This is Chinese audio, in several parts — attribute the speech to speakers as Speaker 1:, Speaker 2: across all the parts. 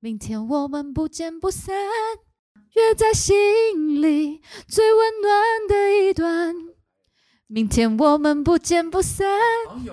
Speaker 1: 明天我们不见不散。约在心里最温暖的一段，明天我们不见不散。
Speaker 2: 你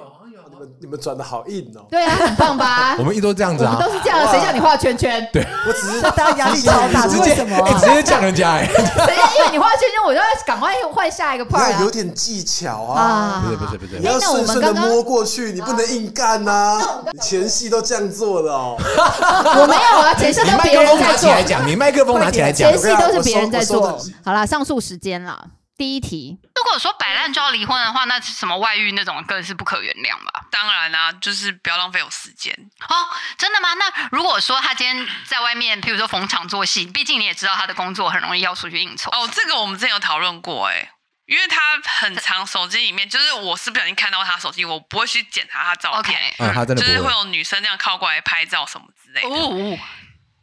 Speaker 2: 们你们转的好硬哦，
Speaker 3: 对啊，很棒吧？
Speaker 4: 我们一直都这样子
Speaker 3: 我们
Speaker 4: 啊
Speaker 3: 都，是这样的，谁叫你画圈圈？
Speaker 2: 我只是
Speaker 5: 那大
Speaker 3: 啊
Speaker 5: 家压力超大，
Speaker 4: 直
Speaker 5: 为
Speaker 4: 接
Speaker 5: 什么
Speaker 4: 哎
Speaker 5: 啊？
Speaker 4: 直接呛人家哎，
Speaker 3: 谁叫因为你画圈圈，我就要哎赶快换下一个 part
Speaker 2: 要
Speaker 3: 啊
Speaker 2: 有！点技巧啊，
Speaker 3: 啊
Speaker 4: 不是不是不是
Speaker 2: 你，要
Speaker 1: 那我
Speaker 2: 顺
Speaker 1: 们
Speaker 2: 顺的
Speaker 1: 刚刚
Speaker 2: 摸过去，你不能硬干呐。你前戏都这样做 的哦，
Speaker 3: 我没有啊，前戏
Speaker 4: 你
Speaker 3: 都
Speaker 4: 麦
Speaker 3: 别
Speaker 4: 克
Speaker 3: 人
Speaker 4: 风
Speaker 3: 在
Speaker 4: 拿起
Speaker 3: 做，
Speaker 4: 来讲，你麦克风拿起来讲
Speaker 3: 前，戏都是别人在
Speaker 2: 我收我
Speaker 3: 做
Speaker 2: 收。
Speaker 3: 好啦，上诉时间啦，第一题，
Speaker 6: 如果说摆烂就要离婚的话，那什么外遇那种更是不可原谅吧？
Speaker 7: 当然啦、就是不要浪费我时间。
Speaker 6: 哦，真的吗？那如果说他今天在外面，譬如说逢场作戏，毕竟你也知道他的工作很容易要出去应酬。
Speaker 7: 哦，这个我们之前有讨论过哎、因为他很长手机里面，就是我是不小心看到他手机，我不会去检查他照
Speaker 6: OK，
Speaker 7: 片。
Speaker 4: 嗯，他真的
Speaker 7: 就
Speaker 4: 不
Speaker 7: 是
Speaker 4: 会
Speaker 7: 会。有女生那样靠过来拍照什么之类的。
Speaker 6: 哦，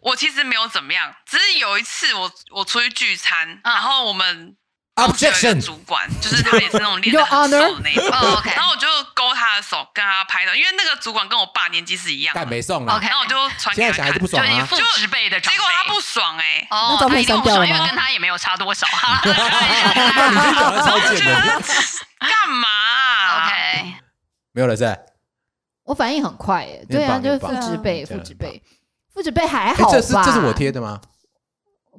Speaker 7: 我其实没有怎么样，只是有一次我我出去聚餐，
Speaker 6: 嗯
Speaker 7: 然后我们
Speaker 4: Objection
Speaker 7: 公司有一个主管就是他也是那种 练得很
Speaker 3: Your Honor
Speaker 7: 瘦的那一种，
Speaker 6: 哦，OK
Speaker 7: 然后我就勾他的手跟他拍照，因为那个主管跟我爸年纪是一样的
Speaker 4: 干没送啊了
Speaker 6: OK，，
Speaker 7: 然后我就传给
Speaker 4: 现在
Speaker 7: 他
Speaker 4: 小孩
Speaker 7: 看
Speaker 4: 子不，
Speaker 6: 就
Speaker 4: 爽
Speaker 6: 是
Speaker 4: 啊，
Speaker 6: 父职辈的长辈。
Speaker 7: 结果他不爽哎、
Speaker 6: 哦
Speaker 5: 那，照片
Speaker 6: 他一定
Speaker 5: 删
Speaker 6: 不
Speaker 5: 掉
Speaker 6: 爽，
Speaker 5: 了
Speaker 6: 因
Speaker 5: 吗
Speaker 6: 为跟他也没有差多少。啊
Speaker 4: 那 你是讲的超
Speaker 7: 我
Speaker 4: 贱
Speaker 7: 觉得
Speaker 4: 的，
Speaker 7: 干嘛啊、
Speaker 6: OK，
Speaker 4: 没有了是吧？
Speaker 3: 我反应很快耶，
Speaker 4: 你很
Speaker 3: 对啊，
Speaker 4: 棒
Speaker 3: 就是
Speaker 4: 你很
Speaker 3: 父
Speaker 5: 棒
Speaker 3: 职辈，
Speaker 4: 嗯真
Speaker 3: 父
Speaker 4: 的
Speaker 3: 职
Speaker 4: 很棒
Speaker 3: 辈，父职辈还
Speaker 4: 哎
Speaker 3: 好吧？
Speaker 4: 这是这是我，贴的吗？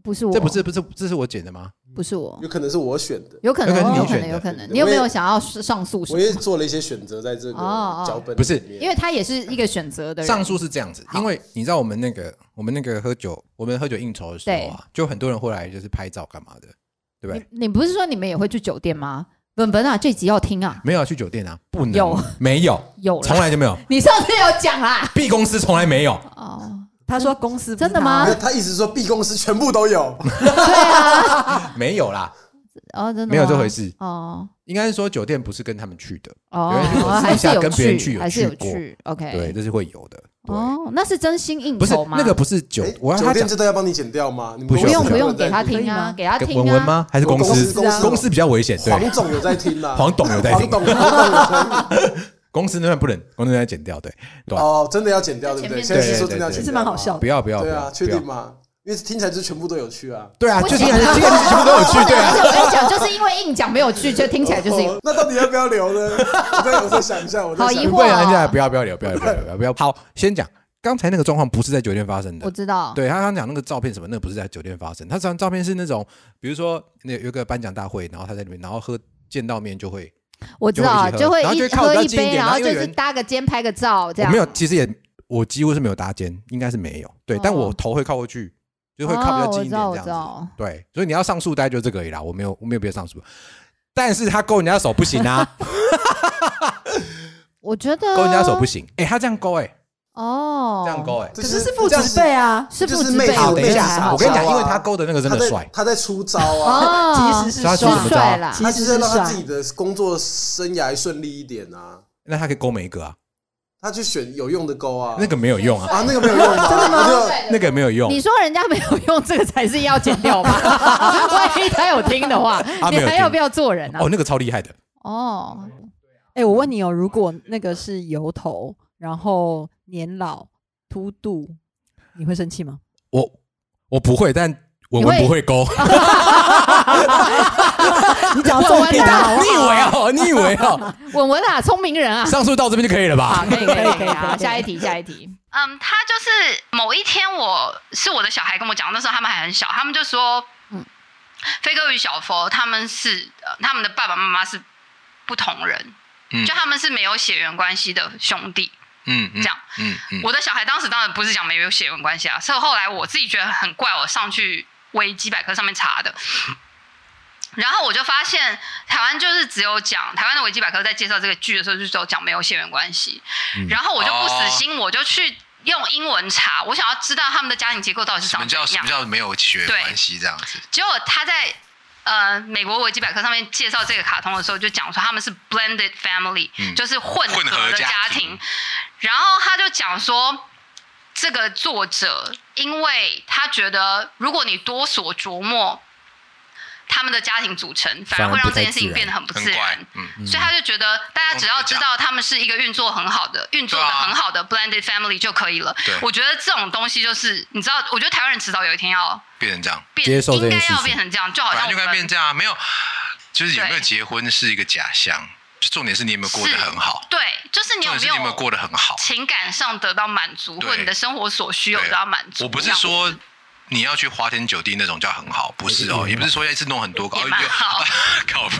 Speaker 3: 不是我，
Speaker 4: 这不是不是这是我剪的吗？
Speaker 3: 不是我，
Speaker 2: 有可能是我选的，
Speaker 3: 有可
Speaker 4: 有可
Speaker 3: 能，
Speaker 4: 能
Speaker 3: 有
Speaker 4: 你
Speaker 3: 可
Speaker 4: 选
Speaker 3: 能，
Speaker 4: 的
Speaker 3: 有可能。
Speaker 2: 对
Speaker 3: 你有没有
Speaker 2: 我也
Speaker 3: 想要上诉什
Speaker 2: 我也
Speaker 3: 么？
Speaker 2: 做了一些选择在这个
Speaker 3: 哦哦
Speaker 2: 脚本里面，
Speaker 4: 不是
Speaker 3: 因为他也是一个选择的人
Speaker 4: 上述是这样子，因为你知道我们那个我们那个喝酒，我们喝酒应酬的时候啊，就很多人会来就是拍照干嘛的，对不对？
Speaker 3: 你不是说你们也会去酒店吗？本本啊，这集要听啊，
Speaker 4: 没有要去酒店啊，不能
Speaker 3: 有
Speaker 4: 没有，
Speaker 3: 有
Speaker 4: 从
Speaker 3: 了，
Speaker 4: 来就没有
Speaker 3: 你上次有讲啦。
Speaker 4: ，B 公司从来没有，
Speaker 3: 哦，
Speaker 5: 他说公司不
Speaker 3: 真的
Speaker 5: 是
Speaker 3: 吗
Speaker 5: 他
Speaker 2: 没有他一直说 B 公司全部都有，
Speaker 3: 对啊，
Speaker 4: 没有啦，
Speaker 3: 哦，真的吗
Speaker 4: 没有这回。事。
Speaker 3: 哦
Speaker 4: 应该是说酒店不是跟他们去的，有人有
Speaker 3: 哦，还
Speaker 4: 私
Speaker 3: 是
Speaker 4: 下
Speaker 3: 有
Speaker 4: 跟别人去有
Speaker 3: 还是有
Speaker 4: 去过
Speaker 3: 去。OK，
Speaker 4: 对，这是会有的，对，
Speaker 3: 哦，那是真心应
Speaker 4: 不是
Speaker 3: 酬吗？
Speaker 4: 那个不是酒
Speaker 2: 哎，
Speaker 4: 我要
Speaker 2: 酒
Speaker 4: 他
Speaker 2: 店
Speaker 4: 讲
Speaker 2: 这段要帮你剪掉吗？你们
Speaker 4: 不
Speaker 3: 不
Speaker 4: 需要
Speaker 3: 用
Speaker 4: 不
Speaker 3: 不
Speaker 4: 用
Speaker 3: 用给他
Speaker 5: 可以
Speaker 3: 听啊
Speaker 5: 吗，
Speaker 3: 给他听啊。
Speaker 4: 文文？吗？还是公
Speaker 2: 公
Speaker 4: 司
Speaker 2: 司公司
Speaker 4: 公司比较危险，对，
Speaker 2: 黄总有在听啦，
Speaker 4: 黄董有在听
Speaker 2: 黄董黄董有在听
Speaker 4: 公司那段不能，公司那段剪掉，对，对吧？
Speaker 2: 哦，真的要剪掉对不
Speaker 3: 前
Speaker 2: 对？
Speaker 3: 面
Speaker 2: 现在是说
Speaker 4: 对对
Speaker 2: 真的要
Speaker 4: 对
Speaker 2: 剪掉，
Speaker 5: 其实蛮好笑，
Speaker 4: 不
Speaker 5: 的。
Speaker 4: 要不要不
Speaker 2: 对
Speaker 4: 要
Speaker 2: 啊，，
Speaker 4: 不
Speaker 2: 确
Speaker 4: 要
Speaker 2: 定，吗？因为听起来就是全部都有去啊。
Speaker 4: 对啊，
Speaker 3: 不
Speaker 4: 就
Speaker 3: 行
Speaker 4: 这样，这样全部都有去，对啊
Speaker 3: 而且。我跟你讲，就是因为硬讲没有去，就听起来就是有
Speaker 2: 哦那到底要不要留呢？我再我再想一下，我再
Speaker 3: 好
Speaker 2: 想
Speaker 3: 疑
Speaker 2: 一
Speaker 3: 惑
Speaker 2: 下。
Speaker 4: 不要人家不要不要聊，不要不要不要不要。好，先讲刚才那个状况不是在酒店发生
Speaker 3: 我
Speaker 4: 的。
Speaker 3: 知道。
Speaker 4: 对他刚讲那个照片什么，那个不是在酒店发生，他这张照片是那种，比如说那有一个颁奖大会，然后他在里面，然后喝见到面就会，
Speaker 3: 我知道，
Speaker 4: 就
Speaker 3: 就
Speaker 4: 会
Speaker 3: 会
Speaker 4: 一
Speaker 3: 一
Speaker 4: 起喝然后就靠得
Speaker 3: 喝
Speaker 4: 比较
Speaker 3: 一
Speaker 4: 近一
Speaker 3: 杯，
Speaker 4: 点
Speaker 3: 然
Speaker 4: 然后
Speaker 3: 后
Speaker 4: 又
Speaker 3: 就
Speaker 4: 有
Speaker 3: 是
Speaker 4: 人
Speaker 3: 搭个肩拍个照这
Speaker 4: 我
Speaker 3: 样。
Speaker 4: 没有，其实也我几乎是没有搭肩，应该是没有，对，但我
Speaker 3: 哦
Speaker 4: 头会靠过去，就会靠比较近一点
Speaker 3: 哦我
Speaker 4: 这
Speaker 3: 知道
Speaker 4: 样子，
Speaker 3: 我知道
Speaker 4: 对，所以你要上诉大概就这个而已啦，我没有我没有别的上诉，但是他勾人家手不行 啊，
Speaker 3: 我觉得
Speaker 4: 勾人家手不行，哎、他这样勾、哎，
Speaker 3: 哦，哎
Speaker 4: 这样勾、哎，
Speaker 2: 这
Speaker 5: 可是是父职
Speaker 2: 这
Speaker 5: 辈啊，
Speaker 3: 是
Speaker 2: 就
Speaker 3: 父
Speaker 2: 是
Speaker 3: 子
Speaker 2: 妹
Speaker 3: 辈
Speaker 2: 子
Speaker 3: 的，
Speaker 4: 好，等
Speaker 2: 妹
Speaker 4: 一
Speaker 3: 这
Speaker 2: 子
Speaker 3: 样还
Speaker 4: 下，
Speaker 3: 好
Speaker 4: 我跟你讲，
Speaker 2: 好
Speaker 4: 因
Speaker 2: 笑啊
Speaker 4: 为他勾的那个真
Speaker 2: 他
Speaker 4: 的
Speaker 2: 在
Speaker 4: 帅，
Speaker 2: 他在出招啊，
Speaker 3: 哦，
Speaker 5: 其实是
Speaker 4: 他其实
Speaker 3: 是
Speaker 4: 怎么着啊
Speaker 3: 帅啦
Speaker 5: 其，
Speaker 2: 他
Speaker 5: 实
Speaker 2: 就是要
Speaker 5: 是
Speaker 2: 让他
Speaker 5: 帅
Speaker 2: 自己，的工作生涯顺利一点啊。
Speaker 4: 那他可以勾每一个啊，
Speaker 2: 他去选有用的钩啊，
Speaker 4: 那个没有用啊，
Speaker 2: 啊，那个没有用吗？真的吗？
Speaker 4: 那个没有用，
Speaker 3: 你说人家没有用，这个才是要剪掉吧？万一他有听的话，
Speaker 4: 没
Speaker 3: 你
Speaker 4: 有听
Speaker 3: 还要不要做人啊
Speaker 4: 哦，？那个超厉害的，
Speaker 3: 哦，
Speaker 5: 哎，我问你哦，如果那个是油头，然后年老秃度，你会生气 吗？
Speaker 4: 我我不会，但文文
Speaker 3: 你会
Speaker 4: 不会勾。
Speaker 5: 你讲到重
Speaker 3: 你
Speaker 5: 点啊！
Speaker 4: 你以为哦？你以为 哦？
Speaker 3: 文文啊，聪明人啊，
Speaker 4: 上诉到这边就可以了
Speaker 3: 好，
Speaker 4: 吧？
Speaker 3: 可以可以可以，
Speaker 5: 可以可
Speaker 3: 好，
Speaker 5: 以
Speaker 3: 下一题下一题，
Speaker 6: 嗯，他就是某一天我，是我的小孩跟我讲，那时候他们还很小，他们就说，
Speaker 3: 嗯
Speaker 6: 飞哥与小佛他们是、呃他们的爸爸妈妈是不同人，
Speaker 4: 嗯
Speaker 6: 就他们是没有血缘关系的兄弟。
Speaker 4: 嗯，嗯
Speaker 6: 这样，
Speaker 4: 嗯嗯
Speaker 6: 我的小孩当时当然不是讲没有血缘关系啊，是后来我自己觉得很怪，我上去维基百科上面查的。然后我就发现，台湾就是只有讲台湾的维基百科在介绍这个剧的时候，就只有讲没有血缘关系。
Speaker 4: 嗯
Speaker 6: 然后我就不死心，我就去用英文查，我想要知道他们的家庭结构到底是
Speaker 8: 什么
Speaker 6: 长怎
Speaker 8: 叫
Speaker 6: 样
Speaker 8: 什。么叫没有血缘
Speaker 6: 对
Speaker 8: 关系这样子？
Speaker 6: 结果他在呃美国维基百科上面介绍这个卡通的时候，就讲说他们是 blended family，、
Speaker 8: 嗯
Speaker 6: 就是混
Speaker 8: 混
Speaker 6: 合
Speaker 8: 合
Speaker 6: 的
Speaker 8: 家
Speaker 6: 家
Speaker 8: 庭
Speaker 6: 庭。然后他就讲说，这个作者因为他觉得，如果你多所琢磨。他们的家庭组成，反而
Speaker 4: 反而
Speaker 6: 会让
Speaker 4: 不
Speaker 6: 这
Speaker 4: 太
Speaker 6: 件事情
Speaker 4: 自
Speaker 6: 变得
Speaker 4: 然
Speaker 6: 很不自
Speaker 8: 很怪
Speaker 6: 然。，
Speaker 8: 嗯，
Speaker 6: 所以他就觉得大家只要知道他们是一个运作很好的、运作的
Speaker 8: 对啊
Speaker 6: 很好的 blended family 就可以了
Speaker 8: 对。
Speaker 6: 我觉得这种东西就是，你知道，我觉得台湾人迟早有一天要
Speaker 8: 变成这样，
Speaker 6: 变，
Speaker 4: 接受这
Speaker 6: 应
Speaker 4: 件
Speaker 6: 该
Speaker 4: 事
Speaker 6: 要
Speaker 4: 情
Speaker 6: 变成这样，就好
Speaker 8: 本
Speaker 6: 像
Speaker 8: 来
Speaker 6: 我
Speaker 8: 就该变
Speaker 6: 们
Speaker 8: 这样啊，没有，就是有没有
Speaker 6: 对
Speaker 8: 结婚是一个假象，就重点是你有没有过得
Speaker 6: 是
Speaker 8: 很好，
Speaker 6: 对，就是你
Speaker 8: 重
Speaker 6: 有
Speaker 8: 点是
Speaker 6: 没
Speaker 8: 你有没有
Speaker 6: 有
Speaker 8: 过得很好。
Speaker 6: 情感上得到满足，
Speaker 8: 对
Speaker 6: 或你的生活所需有得到满足。
Speaker 8: 我不
Speaker 6: 这
Speaker 8: 是
Speaker 6: 样
Speaker 8: 说你要去花天酒地那种叫很好，不是哦，也不是说要一次弄 很多个，
Speaker 6: 也
Speaker 8: 哦
Speaker 6: 哎蛮好，
Speaker 8: 靠背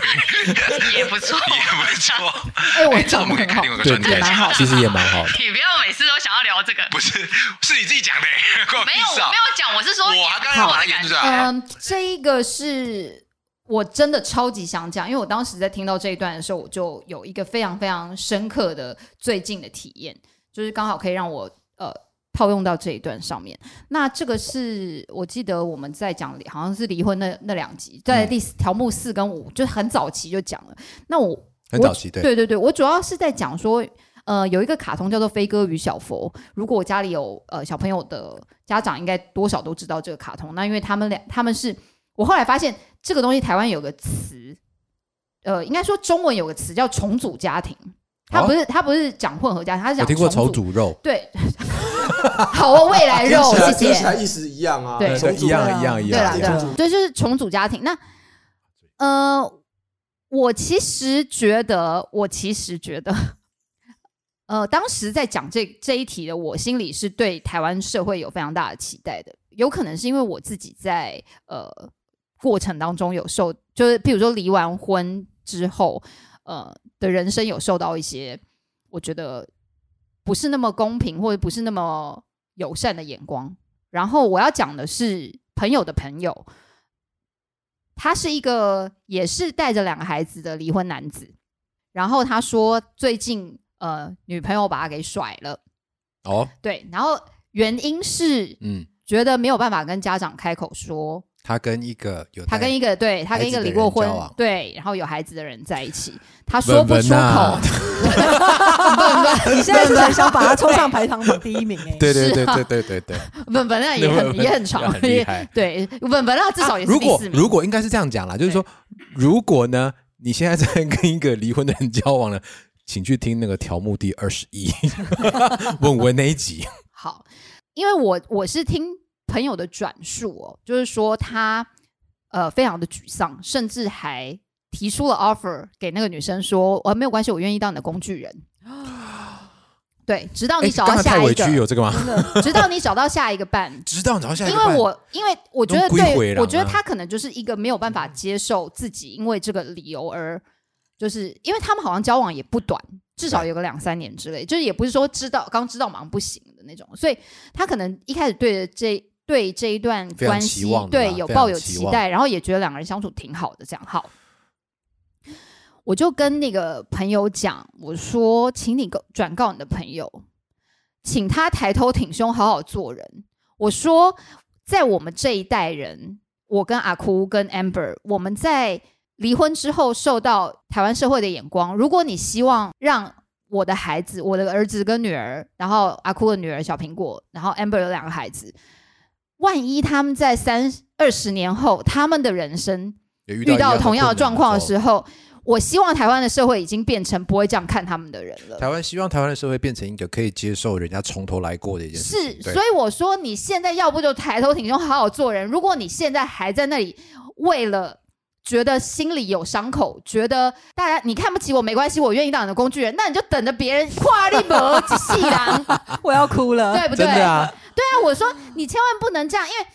Speaker 6: 也不错，
Speaker 8: 也不错。
Speaker 5: 哎，
Speaker 8: 这
Speaker 5: 我
Speaker 8: 我
Speaker 5: 讲
Speaker 8: 们可以
Speaker 5: 的很
Speaker 8: 开
Speaker 5: 好
Speaker 8: 另，外一个
Speaker 4: 对
Speaker 8: 专
Speaker 4: 对
Speaker 8: 题，，
Speaker 4: 其实也蛮好的。
Speaker 6: 你不要每次都想要聊这个。
Speaker 8: 不是是你自己讲的， 关我屁
Speaker 6: 没有，
Speaker 8: 事
Speaker 6: 我
Speaker 8: 啊
Speaker 6: 没有讲，我是说
Speaker 8: 我
Speaker 6: 也
Speaker 8: 还
Speaker 6: 不
Speaker 8: 刚才
Speaker 6: 错
Speaker 8: 把它
Speaker 6: 的感
Speaker 8: 研究
Speaker 6: 觉
Speaker 8: 出
Speaker 7: 啊
Speaker 8: 来，
Speaker 9: 嗯，这一个是我真的超级想讲，因为我当时在听到这一段的时候，我就有一个非常非常深刻的最近的体验，就是刚好可以让我呃套用到这一段上面。那这个是我记得我们在讲好像是离婚那那两集，在第四条目四跟五，就很早期就讲了。那我
Speaker 4: 很早期，对，
Speaker 9: 对对对，我主要是在讲说，呃，有一个卡通叫做《飞哥与小佛》，如果我家里有呃小朋友的家长，应该多少都知道这个卡通。那因为他们俩他们是我后来发现这个东西台湾有个词，呃，应该说中文有个词叫重组家庭。他不是、他不是讲混合家庭，他是
Speaker 4: 我
Speaker 9: 讲
Speaker 4: 哦听过重
Speaker 9: 重
Speaker 4: 组肉，
Speaker 9: 对， 好哦，未来
Speaker 2: 听
Speaker 9: 肉
Speaker 2: 起，来
Speaker 9: 谢
Speaker 2: 听起来
Speaker 9: 谢。
Speaker 2: 意思一样啊，
Speaker 9: 对
Speaker 4: 对，
Speaker 2: 重组
Speaker 4: 一样一样一
Speaker 9: 对啦
Speaker 4: 样
Speaker 9: 对
Speaker 4: 一
Speaker 9: 啦
Speaker 4: 样。
Speaker 5: 样
Speaker 9: 对，就是重组家庭。那呃，我其实觉得，我其实觉得，呃，当时在讲这这一题的，我心里是对台湾社会有非常大的期待的。有可能是因为我自己在呃过程当中有受，就是譬如说离完婚之后，呃的人生有受到一些我觉得不是那么公平或者不是那么友善的眼光。然后我要讲的是朋友的朋友，他是一个也是带着两个孩子的离婚男子。然后他说，最近呃女朋友把他给甩了，
Speaker 4: 哦，
Speaker 9: 对，然后原因是
Speaker 4: 嗯，
Speaker 9: 觉得没有办法跟家长开口说，
Speaker 4: 他跟一个有
Speaker 9: 他跟一个对他跟一个
Speaker 4: 孩子的
Speaker 9: 离过
Speaker 4: 人
Speaker 9: 婚
Speaker 4: 交往，
Speaker 9: 对，然后有孩子的人在一起，他说不
Speaker 4: 文
Speaker 9: 出
Speaker 4: 文
Speaker 9: 口
Speaker 4: 啊，，
Speaker 5: 你
Speaker 9: 啊
Speaker 5: 现在是很想把他抽上排行榜第一名哎
Speaker 4: 对对对对对对对，
Speaker 9: 本本啊 来也很也很长，
Speaker 4: 很厉害。
Speaker 9: 对，本本来至少也是
Speaker 4: 啊如
Speaker 9: 第
Speaker 4: 果
Speaker 9: 四名。
Speaker 4: 如果应该是这样讲啦，就是说，如果呢，你现在在跟一个离婚的人交往了， 请去听那个条目第二十一， 问文那一集。
Speaker 9: 好，因为我我是听朋友的转述哦，就是说他呃非常的沮丧，甚至还提出了 offer 给那个女生说，呃没有关系，我愿意当你的工具人。对，直哦到你
Speaker 4: 哎
Speaker 9: 找
Speaker 4: 刚刚
Speaker 9: 到下
Speaker 4: 太
Speaker 9: 一
Speaker 4: 委屈
Speaker 9: 个，
Speaker 4: 有这个吗？。
Speaker 9: 直到你找到下一个伴
Speaker 4: 直到你找到 下一
Speaker 9: 因
Speaker 4: 个伴，
Speaker 9: 为我，因为我觉得
Speaker 4: 都归回
Speaker 9: 对，
Speaker 4: 了
Speaker 9: 我觉得
Speaker 4: 嘛
Speaker 9: 他可能就是一个没有办法接受自己因为这个理由而，就是因为他们好像交往也不短，至少有个两三年之类，就是也不是说知道刚知道马上不行的那种，所以他可能一开始对着这对这一段
Speaker 4: 非常
Speaker 9: 关
Speaker 4: 期
Speaker 9: 系
Speaker 4: 望的啦
Speaker 9: 对有
Speaker 4: 非
Speaker 9: 抱
Speaker 4: 常
Speaker 9: 有
Speaker 4: 期
Speaker 9: 期
Speaker 4: 望
Speaker 9: 待，然后也觉得两个人相处挺好的，这样好。我就跟那个朋友讲，我说，请你告转告你的朋友，请他抬头挺胸，好好做人。我说，在我们这一代人，我跟阿哭跟 Amber，我们在离婚之后受到台湾社会的眼光。如果你希望让我的孩子，我的儿子跟女儿，然后阿哭的女儿小苹果，然后 Amber 有两个孩子，万一他们在三二十年后，他们的人生
Speaker 4: 也遇
Speaker 9: 遇到
Speaker 4: 到
Speaker 9: 同样的状况的时
Speaker 4: 候，
Speaker 9: 候，我希望台湾的社会已经变成不会这样看他们的人了。
Speaker 4: 台湾希望台湾的社会变成一个可以接受人家从头来过的一件事
Speaker 9: 是
Speaker 4: 情。，对
Speaker 9: 所以我说你现在要不就抬头挺胸，好好做人。如果你现在还在那里为了觉得心里有伤口，觉得大家你看不起我没关系，我愿意当你的工具人，那你就等着别人跨立博细狼，
Speaker 5: 我要哭了。
Speaker 9: 对不对？
Speaker 4: 真的啊，
Speaker 9: 对啊，我说你千万不能这样，因为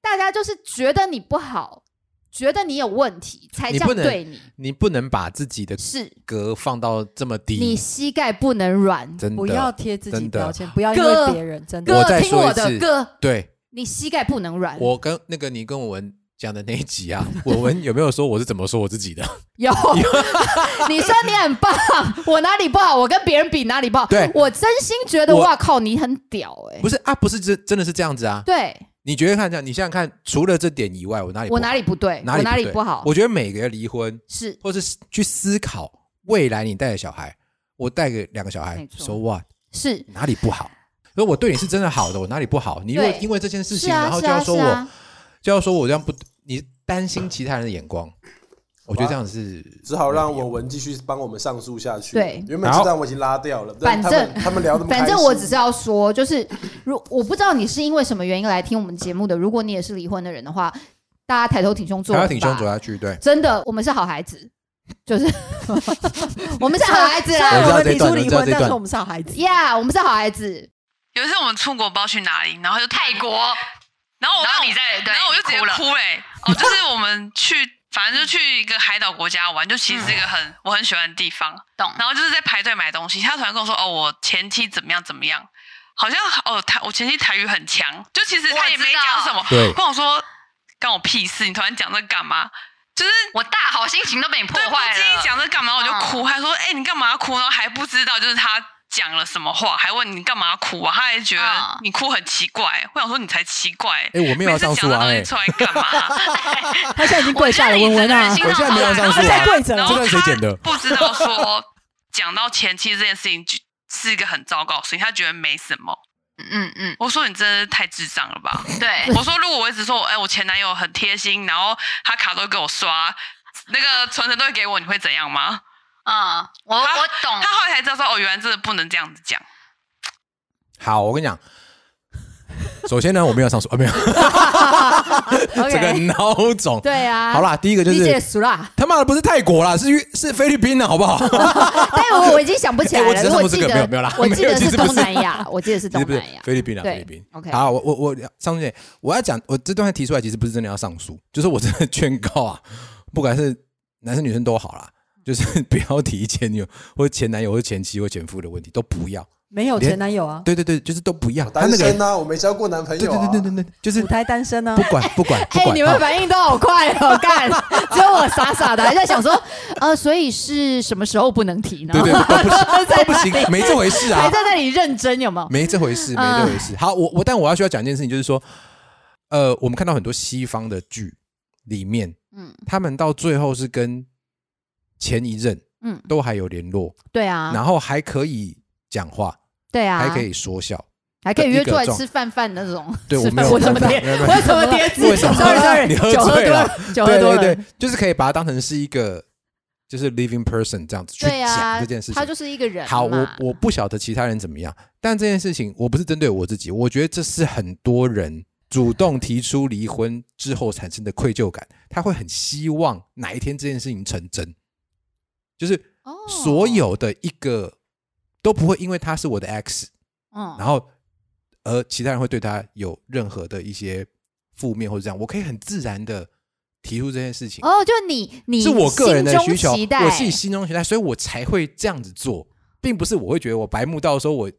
Speaker 9: 大家就是觉得你不好，觉得你有问题，才
Speaker 4: 你
Speaker 9: 这样
Speaker 4: 不能
Speaker 9: 对你。
Speaker 4: 你不能把自己的
Speaker 9: 是
Speaker 4: 格放到这么
Speaker 9: 你
Speaker 4: 低，
Speaker 9: 膝盖不能软，
Speaker 4: 真的
Speaker 5: 不要贴自己
Speaker 4: 真的
Speaker 5: 标签，不要因为别人，真的
Speaker 4: 我
Speaker 9: 哥
Speaker 4: 再
Speaker 9: 听
Speaker 4: 说一
Speaker 9: 我的
Speaker 4: 次
Speaker 9: 哥，
Speaker 4: 对。
Speaker 9: 你膝盖不能软。
Speaker 4: 我跟那个你跟我文讲的那一集 啊，我文有没有说我是怎么说我自己的？
Speaker 9: 有， 你说你很棒，我哪里不好？我跟别人比哪里不好？
Speaker 4: 对
Speaker 9: 我真心觉得，
Speaker 4: 我
Speaker 9: 哇靠，你很屌哎、
Speaker 4: 不是啊，不是真真的是这样子啊。
Speaker 9: 对
Speaker 4: 你觉得看这样，你想想看，除了这点以外，我哪里不
Speaker 9: 我哪里不对，
Speaker 4: 哪里
Speaker 9: 我哪里
Speaker 4: 对
Speaker 9: 不好？
Speaker 4: 我觉得每个人离婚，
Speaker 9: 是
Speaker 4: 或是去思考未来你带的小孩，我带给两个小孩
Speaker 9: 没错
Speaker 4: ，so what？
Speaker 9: 是
Speaker 4: 哪里不好？所以我对你是真的好的，我哪里不好？你如果
Speaker 9: 对
Speaker 4: 因为这件事
Speaker 9: 是
Speaker 4: 情，
Speaker 9: 啊
Speaker 4: 然后
Speaker 9: 是
Speaker 4: 就
Speaker 9: 啊
Speaker 4: 要说
Speaker 9: 是
Speaker 4: 我，
Speaker 9: 啊，
Speaker 4: 就要说我这样不，你担心其他人的眼光。我觉得这样是
Speaker 2: 只好让文文继续帮我们上诉下去。
Speaker 9: 对
Speaker 2: 原本这段我已经拉掉了，但
Speaker 9: 反
Speaker 2: 他
Speaker 9: 正
Speaker 2: 们他们聊的，
Speaker 9: 反正我只是要说，就是如我不知道你是因为什么原因来听我们节目的，如果你也是离婚的人的话，大家抬头挺胸做
Speaker 4: 还
Speaker 9: 人吧，
Speaker 4: 要挺胸走啊下去，对。
Speaker 9: 真的，我们是好孩子， 就是 我们是好孩子
Speaker 5: 虽
Speaker 9: 啦
Speaker 5: 然
Speaker 4: 我知
Speaker 5: 我
Speaker 4: 道
Speaker 5: 们
Speaker 4: 这一
Speaker 5: 提
Speaker 4: 段
Speaker 5: 出离
Speaker 4: 我知道
Speaker 5: 婚
Speaker 4: 这，一
Speaker 5: 但是
Speaker 4: 段
Speaker 5: 我们是好孩子。
Speaker 9: ，Yeah，我们是好孩子。
Speaker 7: 有一次我们出国，不知道去哪里，然后就泰
Speaker 6: 泰，国，
Speaker 7: 然后我
Speaker 6: 然后
Speaker 7: 那我
Speaker 6: 你在对
Speaker 7: 然后我就直接
Speaker 6: 哭了
Speaker 7: 哭嘞、哦，就是我们去，反正就去一个海岛国家玩，就其实是一个很我很喜欢的地方。
Speaker 6: 懂
Speaker 7: 然后就是在排队买东西，他突然跟我说：“哦，我前妻怎么样怎么样。”好像哦，台我前妻台语很强，就其实他也没讲什么，
Speaker 4: 对
Speaker 7: 跟我说干我屁事，你突然讲这干嘛？就是
Speaker 6: 我大好心情都被你破
Speaker 7: 对，我
Speaker 6: 坏
Speaker 7: 今天
Speaker 6: 了。嗯
Speaker 7: 讲这干嘛？我就哭，他说：“哎、你干嘛哭？”然后还不知道就是他讲了什么话，还问你干嘛哭啊？他还觉得
Speaker 6: 嗯
Speaker 7: 你哭很奇怪。我想说你才奇怪，
Speaker 4: 哎，我没有
Speaker 7: 每
Speaker 4: 要
Speaker 7: 次
Speaker 4: 上
Speaker 7: 讲
Speaker 4: 诉
Speaker 7: 的
Speaker 4: 啊，
Speaker 7: 东
Speaker 4: 哎
Speaker 7: 西，出来干嘛？ 哎
Speaker 5: 他现在已经跪下了，文文啊，
Speaker 4: 我现在没有上诉
Speaker 7: 然后
Speaker 5: 他现在
Speaker 4: 啊，
Speaker 5: 跪着
Speaker 7: 然
Speaker 4: 这
Speaker 7: 后
Speaker 5: 了。
Speaker 4: 段谁剪的
Speaker 7: 他不知道说讲到前妻这件事情是一个很糟糕的事情，他觉得没什么。
Speaker 6: 嗯嗯，
Speaker 7: 我说你真的是太智障了吧？
Speaker 6: 对，
Speaker 7: 我说如果我一直说，哎、我前男友很贴心，然后他卡都会给我刷，那个存折都会给我，你会怎样吗？
Speaker 6: 嗯，我我懂
Speaker 7: 他，后来才知道说，哦，原来真的不能这样子讲。
Speaker 4: 好，我跟你讲，首先呢，我没有上诉啊，没有， 这个
Speaker 9: OK，
Speaker 4: 孬种。
Speaker 9: 对啊，
Speaker 4: 好，啦，第一个就
Speaker 9: 理解
Speaker 4: 是
Speaker 9: 熟啦。
Speaker 4: 他妈的不是泰国啦，是越是菲律宾啊的好不 好？
Speaker 9: 但哦我我已经想不起 来
Speaker 4: 哎我
Speaker 9: 了，
Speaker 4: 只是
Speaker 9: 如
Speaker 4: 上过
Speaker 9: 果
Speaker 4: 这
Speaker 9: 记
Speaker 4: 个
Speaker 9: 得
Speaker 4: 没有没有啦
Speaker 9: 我
Speaker 4: 没
Speaker 9: 记
Speaker 4: 有
Speaker 9: 得
Speaker 4: 其
Speaker 9: 是
Speaker 4: 实不
Speaker 9: 东
Speaker 4: 是
Speaker 9: 南亚，我记得是
Speaker 4: 其
Speaker 9: 东
Speaker 4: 实不是
Speaker 9: 南亚。
Speaker 4: 菲律宾啊，
Speaker 9: 对
Speaker 4: 菲律宾。
Speaker 9: OK
Speaker 4: 好，我我我张姐，我要讲，我这段提出来其实不是真的要上诉，就是我真的劝告啊，不管是男生女生都好啦，
Speaker 9: 嗯
Speaker 4: 就是不要提前女友或者前男友或者前妻或前夫的问题，都不要。
Speaker 5: 没有前男友
Speaker 9: 嗯
Speaker 5: 啊，
Speaker 4: 对对对，就是都不要。他
Speaker 2: 单
Speaker 4: 那个人
Speaker 2: 身，啊，我没交过男朋
Speaker 4: 对
Speaker 2: 友
Speaker 4: 对
Speaker 2: 啊，
Speaker 4: 对对对对，就是
Speaker 5: 舞台单身啊
Speaker 4: 不。管不管不
Speaker 9: 哎、
Speaker 4: 管。
Speaker 9: 你们
Speaker 4: 好
Speaker 9: 反应都好快哦，干！只有我傻傻的还在想说，呃，所以是什么时候不能提 呢？
Speaker 4: 对对，都不行，都不行，没这回事啊
Speaker 9: 还，在那里认真有没有？
Speaker 4: 没这回事，没
Speaker 9: 嗯
Speaker 4: 这回事。好，我我但我要需要讲一件事情，就是说，呃，我们看到很多西方的剧里面，
Speaker 9: 嗯
Speaker 4: 他们到最后是跟前一任
Speaker 9: 嗯，
Speaker 4: 都还有联络，
Speaker 9: 对啊，
Speaker 4: 然后还可以讲话，
Speaker 9: 对啊，
Speaker 4: 还可，以说笑。
Speaker 9: 还可
Speaker 4: 一
Speaker 9: 以约
Speaker 4: 个
Speaker 9: 出来
Speaker 4: 状
Speaker 9: 吃饭饭那种。
Speaker 4: 对我
Speaker 9: 吃
Speaker 4: 没
Speaker 9: 饭
Speaker 4: 有
Speaker 9: 我怎么
Speaker 4: 没
Speaker 9: 叠
Speaker 4: 有没有？没有
Speaker 9: 我怎么 叠字
Speaker 4: 为什么
Speaker 9: ？Sorry Sorry，
Speaker 4: 你喝
Speaker 9: 酒喝
Speaker 4: 醉
Speaker 9: 多
Speaker 4: 了
Speaker 9: 了，酒喝
Speaker 4: 对对
Speaker 5: 多了
Speaker 4: 对，就是可以把它当成是一个就是 living person 这样子去
Speaker 9: 对
Speaker 4: 讲
Speaker 9: 啊
Speaker 4: 这件事，情
Speaker 9: 他。就是一个人嘛。
Speaker 4: 好，我我不晓得其他人怎么样，但这件事情我不是针对我自己，我觉得这是很多人主动提出离婚之后产生的愧疚感，他会很希望哪一天这件事情成真，就是
Speaker 9: 哦
Speaker 4: 所，有的一个都不会因为他是我的 X，
Speaker 9: 嗯
Speaker 4: 然后而其他人会对他有任何的一些负面或者这样，我可以很自然的提出这件事情。
Speaker 9: 哦，就你你
Speaker 4: 是我个人的
Speaker 9: 心中
Speaker 4: 需求，
Speaker 9: 期待
Speaker 4: 我自己心中期待，所以我才会这样子做，并不是我会觉得我白目到说我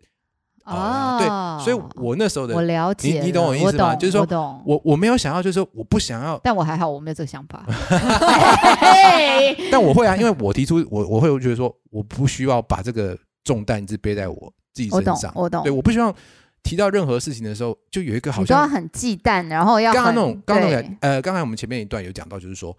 Speaker 4: 呃
Speaker 9: 哦，
Speaker 4: 对，所以我那时候的
Speaker 9: 我了
Speaker 4: 你
Speaker 9: 解了，
Speaker 4: 你懂我意思吗？
Speaker 9: 懂
Speaker 4: 就是说
Speaker 9: 我懂，
Speaker 4: 我我没有想要，就是说我不想要，
Speaker 9: 但我还好，我没有这个想 法。 嘿嘿
Speaker 4: 但我会啊，因为我提出我我会觉得说我不需要把这个重担一直背在我自己身上，
Speaker 9: 我懂我懂
Speaker 4: 对，我不希望提到任何事情的时候就有一个好
Speaker 9: 你都要
Speaker 4: 像
Speaker 9: 很忌惮，然后要
Speaker 4: 刚刚
Speaker 9: 很
Speaker 4: 那种刚刚那
Speaker 9: 对
Speaker 4: 种呃，刚才我们前面一段有讲到，就是说。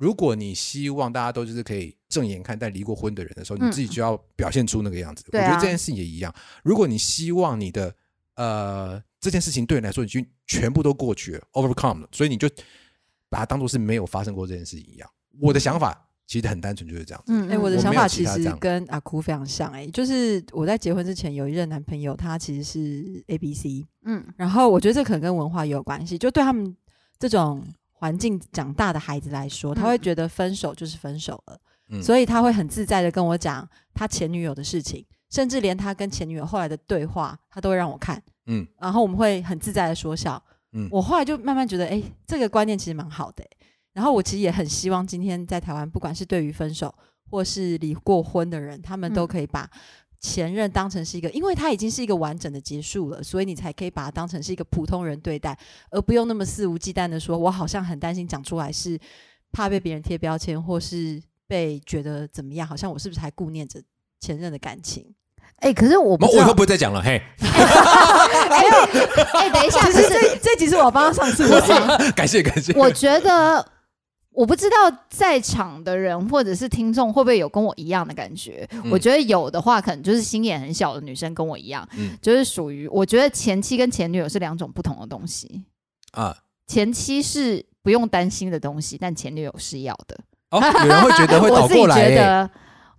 Speaker 4: 如果你希望大家都就是可以正眼看待离过婚的人的时候，你
Speaker 9: 嗯
Speaker 4: 自己就要表现出那个样子。
Speaker 9: 对
Speaker 4: 我觉得
Speaker 9: 啊
Speaker 4: 这件事情也一样。如果你希望你的呃这件事情对你来说已经全部都过去了，overcome 了，所以你就把它当做是没有发生过这件事情一样。我的想法其实很单纯，就是这样子。
Speaker 9: 嗯，
Speaker 5: 哎、我的
Speaker 4: 我
Speaker 5: 想
Speaker 4: 没有
Speaker 5: 法
Speaker 4: 其
Speaker 5: 其
Speaker 4: 他这
Speaker 5: 实
Speaker 4: 样
Speaker 5: 跟阿哭非常像、哎，就是我在结婚之前有一任男朋友，他其实是 A B C，
Speaker 9: 嗯
Speaker 5: 然后我觉得这可能跟文化也有关系，就对他们这种环境长大的孩子来说，
Speaker 9: 嗯
Speaker 5: 他会觉得分手就是分手了，
Speaker 4: 嗯
Speaker 5: 所以他会很自在的跟我讲他前女友的事情，甚至连他跟前女友后来的对话，他都会让我看，
Speaker 4: 嗯
Speaker 5: 嗯，然后我们会很自在的说笑，
Speaker 4: 嗯
Speaker 5: 嗯，我后来就慢慢觉得，哎、这个观念其实蛮好的、哎然后我其实也很希望今天在台湾，不管是对于分手或是离过婚的人，他们都
Speaker 9: 嗯
Speaker 5: 可以把前任当成是一个，因为他已经是一个完整的结束了，所以你才可以把它当成是一个普通人对待，而不用那么肆无忌惮的说，我好像很担心讲出来是怕被别人贴标签，或是被觉得怎么样，好像我是不是还顾念着前任的感 情？
Speaker 9: 哎、可是我不
Speaker 4: 我
Speaker 9: 知
Speaker 4: 以后
Speaker 9: 道，
Speaker 4: 不会再讲了，嘿，
Speaker 9: 哎、哎等一下，
Speaker 5: 其
Speaker 9: 可
Speaker 5: 实
Speaker 9: 是
Speaker 5: 这这集是我帮他 上次
Speaker 9: 不是
Speaker 4: 感谢感谢。
Speaker 9: 我觉得，我不知道在场的人或者是听众会不会有跟我一样的感觉。
Speaker 4: 嗯
Speaker 9: 我觉得有的话，可能就是心眼很小的女生跟我一样，
Speaker 4: 嗯
Speaker 9: 就是属于我觉得前妻跟前女友是两种不同的东西。
Speaker 4: 啊，
Speaker 9: 前妻是。不用担心的东西，但前女友是要的。
Speaker 4: 哦，有人会觉 得会倒
Speaker 9: 我自己
Speaker 4: 过来、欸，
Speaker 9: 觉得，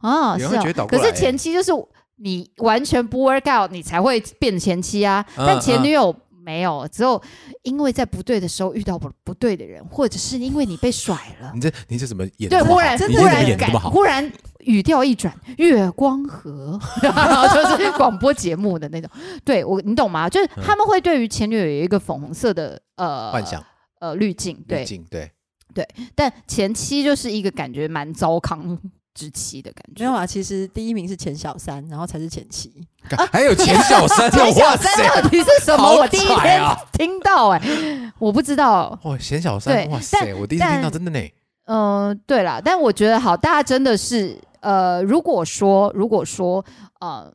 Speaker 9: 哦，
Speaker 4: 有人
Speaker 9: 是
Speaker 4: 会
Speaker 9: 哦
Speaker 4: 觉得倒过
Speaker 9: 可
Speaker 4: 来
Speaker 9: 是
Speaker 4: 欸
Speaker 9: 前妻就是你完全不 work out，你才会变前妻啊。
Speaker 4: 嗯
Speaker 9: 但前女友没有，只有因为在不对的时候遇到不不对的人，或者是因为你被甩了，
Speaker 4: 你这你这怎么演
Speaker 9: 对，
Speaker 4: 得这么好？
Speaker 9: 忽然
Speaker 4: 你
Speaker 9: 忽
Speaker 4: 这怎么演
Speaker 9: 然
Speaker 4: 得
Speaker 9: 感
Speaker 4: 这么好？
Speaker 9: 忽然语调一转，月光河， 然后就是广播节目的那种。对我，你懂吗？就是他们会对于前女友有一个粉红色的呃
Speaker 4: 嗯幻想
Speaker 9: 呃滤镜，对啊
Speaker 4: 滤，镜，对，
Speaker 9: 但前期就是一个感觉蛮糟糠之妻的感
Speaker 5: 没
Speaker 9: 觉。
Speaker 5: 有啊，其实第一名是钱小三，然后才是前妻。
Speaker 4: 干还有钱小三哦，
Speaker 9: 钱小
Speaker 4: 哇
Speaker 9: 三啊到
Speaker 4: 塞！
Speaker 9: 底是什么？
Speaker 4: 好
Speaker 9: 我第一
Speaker 4: 拽
Speaker 9: 天
Speaker 4: 啊
Speaker 9: 听到哎、我不知道。
Speaker 4: 哦，钱小
Speaker 9: 对
Speaker 4: 三，哇塞！
Speaker 9: 但
Speaker 4: 我第一次听到，
Speaker 9: 但
Speaker 4: 真的呢。
Speaker 9: 嗯、对啦，但我觉得好，大家真的是呃，如果说如果说呃